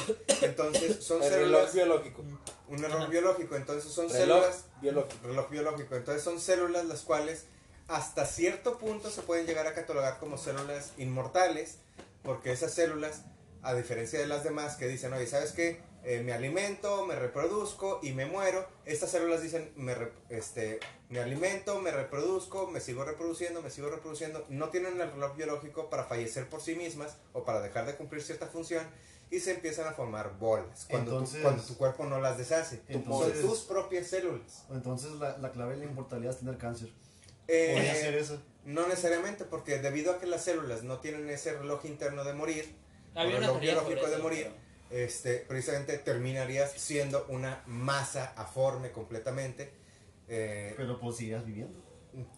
Speaker 4: Entonces, son
Speaker 1: El reloj
Speaker 4: células,
Speaker 1: biológico.
Speaker 4: un error
Speaker 3: Ajá.
Speaker 4: biológico, entonces son
Speaker 1: Reloj
Speaker 4: células
Speaker 1: biológico.
Speaker 4: reloj biológico. Entonces son células las cuales hasta cierto punto se pueden llegar a catalogar como células inmortales, porque esas células, a diferencia de las demás que dicen, oye, ¿sabes qué? Eh, me alimento, me reproduzco y me muero. Estas células dicen, me, re- este, me alimento, me reproduzco, me sigo reproduciendo, me sigo reproduciendo. No tienen el reloj biológico para fallecer por sí mismas o para dejar de cumplir cierta función y se empiezan a formar bolas cuando, tu-
Speaker 2: Entonces-
Speaker 4: cuando tu cuerpo no las deshace.
Speaker 2: Entonces-
Speaker 4: Son tus propias células.
Speaker 2: Entonces la, la clave de la inmortalidad es tener cáncer.
Speaker 4: Eh,
Speaker 2: Podría ser eso.
Speaker 4: no necesariamente, porque debido a que las células no tienen ese reloj interno de morir, o
Speaker 3: Había una
Speaker 4: reloj
Speaker 3: teoría sobre
Speaker 4: biológico de
Speaker 3: eso,
Speaker 4: morir, este, precisamente terminarías siendo una masa aforme completamente. Eh,
Speaker 2: Pero pues seguirás viviendo.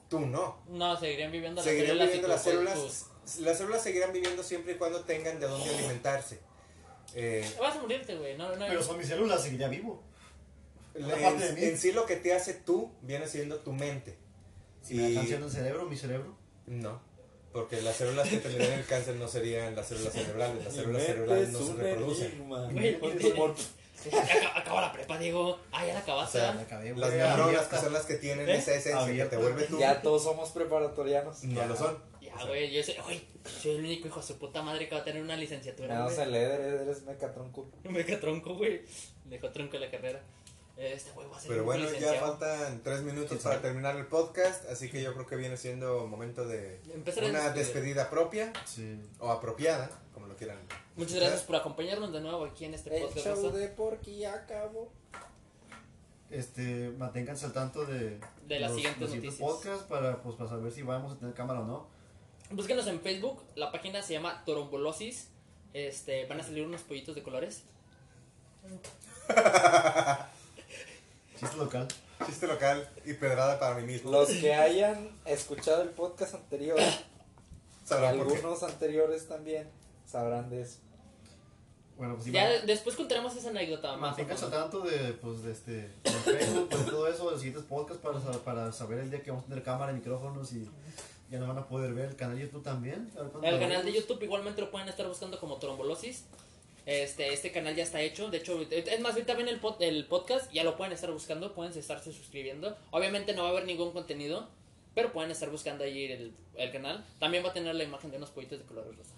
Speaker 4: tú no.
Speaker 3: pero- No, seguirían viviendo las
Speaker 4: Seguirían
Speaker 3: células y pues.
Speaker 4: viviendo
Speaker 3: tu-
Speaker 4: las células.
Speaker 3: tus-
Speaker 4: Las células seguirán viviendo siempre y cuando tengan de dónde alimentarse. Eh,
Speaker 3: Vas a morirte, güey. No, no.
Speaker 2: Pero pues, son mis células, seguiría vivo.
Speaker 4: en,
Speaker 2: Aparte de mí.
Speaker 4: en sí lo que te hace tú viene siendo tu mente.
Speaker 2: Si me
Speaker 4: Y-
Speaker 2: da cáncer en el cerebro, mi cerebro.
Speaker 4: No, porque las células que tendrían el cáncer no serían las células cerebrales, las células
Speaker 1: Mi mente
Speaker 4: cerebrales
Speaker 1: es
Speaker 4: no se
Speaker 1: un
Speaker 4: reproducen.
Speaker 1: enigma.
Speaker 3: Güey, ¿por qué? Acaba, acaba la prepa, Diego. Ah, ya la acabaste.
Speaker 4: O sea,
Speaker 3: ¿verdad?
Speaker 2: acabé,
Speaker 4: Las
Speaker 2: güey.
Speaker 4: neuronas que son las que tienen
Speaker 3: ¿Eh?
Speaker 4: esa esencia
Speaker 2: Abierta.
Speaker 4: que te vuelve tú,
Speaker 1: Ya todos somos preparatorianos.
Speaker 4: no lo son.
Speaker 3: Ya, güey, yo sé, güey, soy el único hijo de su puta madre que va a tener una licenciatura.
Speaker 1: No
Speaker 3: güey.
Speaker 1: se le eres, eres mecatronco.
Speaker 3: Me dejó tronco, güey. Me dejó tronco la carrera. Este güey va a ser
Speaker 4: Pero
Speaker 3: un
Speaker 4: bueno, ya
Speaker 3: licenciado.
Speaker 4: faltan tres minutos
Speaker 2: Sí,
Speaker 4: para
Speaker 2: sí.
Speaker 4: terminar el podcast, así que yo creo que viene siendo momento de
Speaker 3: Empezar a
Speaker 4: una
Speaker 3: despedir.
Speaker 4: despedida propia
Speaker 2: Sí.
Speaker 4: o apropiada, como lo quieran.
Speaker 3: Muchas gracias por acompañarnos de nuevo aquí en este
Speaker 1: El
Speaker 3: podcast.
Speaker 1: show
Speaker 3: Rosa.
Speaker 1: de Porky acabó.
Speaker 2: Este, manténganse al tanto de,
Speaker 3: De las siguientes noticias.
Speaker 2: podcasts para, pues, para saber si vamos a tener cámara o no.
Speaker 3: Búsquenos en Facebook, la página se llama Torombolosis. Este, van a salir unos pollitos de colores.
Speaker 2: Chiste local.
Speaker 4: Chiste local y pedrada para mí mismo.
Speaker 1: Los que hayan escuchado el podcast anterior,
Speaker 4: Sabrán por qué.
Speaker 1: algunos anteriores también, sabrán de eso.
Speaker 2: Bueno, pues si
Speaker 3: ya
Speaker 2: van-
Speaker 3: de- después contaremos esa anécdota más. a
Speaker 2: Manténganse al
Speaker 3: fondo.
Speaker 2: tanto de, pues, de este, de Facebook, de todo eso, de los siguientes podcasts para, sa- para saber el día que vamos a tener cámara, micrófonos y ya no van a poder ver el canal de YouTube también. a ver cuándo
Speaker 3: El
Speaker 2: lo
Speaker 3: canal de
Speaker 2: abrimos.
Speaker 3: YouTube igualmente lo pueden estar buscando como Trombolosis. Este, este canal ya está hecho. De hecho, es más, ahorita ven el, pod- el podcast, ya lo pueden estar buscando, pueden estarse suscribiendo. Obviamente no va a haber ningún contenido, pero pueden estar buscando ahí el, el canal. También va a tener la imagen de unos pollitos de color rosa.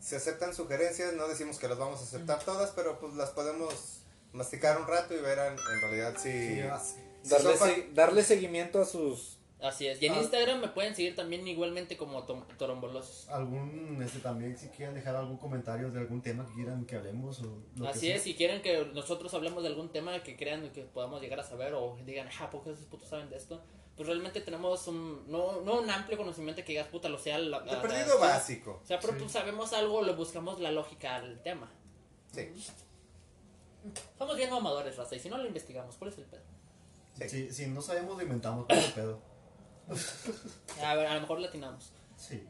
Speaker 4: Se aceptan sugerencias, no decimos que las vamos a aceptar todas, pero pues las podemos masticar un rato y verán en realidad si,
Speaker 2: Sí, ah,
Speaker 4: si
Speaker 1: Darle,
Speaker 4: son pa-
Speaker 1: se- darle seguimiento a sus...
Speaker 3: Así es. Y en
Speaker 1: Ah.
Speaker 3: Instagram me pueden seguir también igualmente como Tom- Trombolosis.
Speaker 2: algún este también si quieren dejar algún comentario de algún tema que quieran que hablemos o lo que
Speaker 3: Así
Speaker 2: sea.
Speaker 3: es, si quieren que nosotros hablemos de algún tema que crean que podamos llegar a saber o digan, ah, ¿por qué esos putos saben de esto? Pues realmente tenemos un, no, no un amplio conocimiento que digas, puta, lo sea. La,
Speaker 4: De
Speaker 3: la-
Speaker 4: perdido
Speaker 3: la-
Speaker 4: básico.
Speaker 3: O sea, pero
Speaker 2: Sí.
Speaker 3: pues sabemos algo, le buscamos la lógica al tema.
Speaker 4: Sí.
Speaker 3: Somos bien mamadores, Raza, y si no lo investigamos, ¿cuál es el pedo?
Speaker 4: Sí.
Speaker 2: Si, si no sabemos lo inventamos con el pedo
Speaker 3: A ver, a lo mejor latinamos.
Speaker 2: sí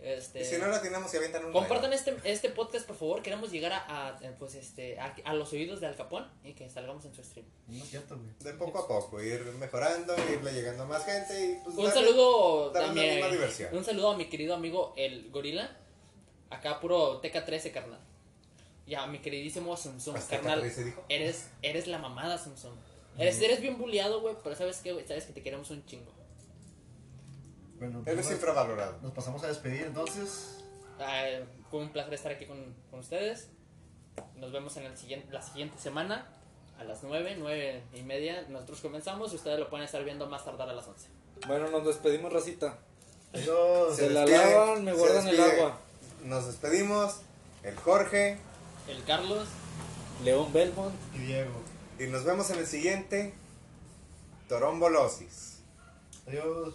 Speaker 3: Este,
Speaker 4: Y si no la tenemos, se avientan un
Speaker 3: compartan
Speaker 4: rayo.
Speaker 3: este, este podcast, por favor. Queremos llegar a, a, eh, pues, este, a, a los oídos de Al Capón y que salgamos en su stream.
Speaker 2: no es cierto güey
Speaker 4: De poco a poco, ir mejorando, irle llegando a más gente y pues
Speaker 3: Un
Speaker 4: darle-
Speaker 3: saludo
Speaker 4: darle la
Speaker 3: también.
Speaker 4: misma diversión.
Speaker 3: Un saludo a mi querido amigo el Gorila. Acá puro TK13, carnal. Y a mi queridísimo Samsung,
Speaker 4: Hasta
Speaker 3: carnal.
Speaker 4: que se dijo.
Speaker 3: Eres, eres la mamada, Samsung. Eres, eres bien bulleado, güey, pero sabes que, sabes que te queremos un chingo.
Speaker 2: bueno pues,
Speaker 4: Eres infravalorado.
Speaker 2: nos pasamos a despedir entonces
Speaker 3: Ah, eh, fue un placer estar aquí con, con ustedes. Nos vemos en el siguiente, la siguiente semana a las 9, 9 y media. Nosotros comenzamos y ustedes lo pueden estar viendo más tardar a las 11.
Speaker 1: Bueno, nos despedimos, racita.
Speaker 2: Adiós.
Speaker 1: Se la
Speaker 4: despide,
Speaker 1: lavan, me
Speaker 4: se
Speaker 1: guardan el
Speaker 4: despide.
Speaker 1: agua.
Speaker 4: Nos despedimos, el Jorge,
Speaker 3: El Carlos.
Speaker 1: León Belmont.
Speaker 2: Y Diego.
Speaker 4: y nos vemos en el siguiente Torombolosis.
Speaker 2: Adiós.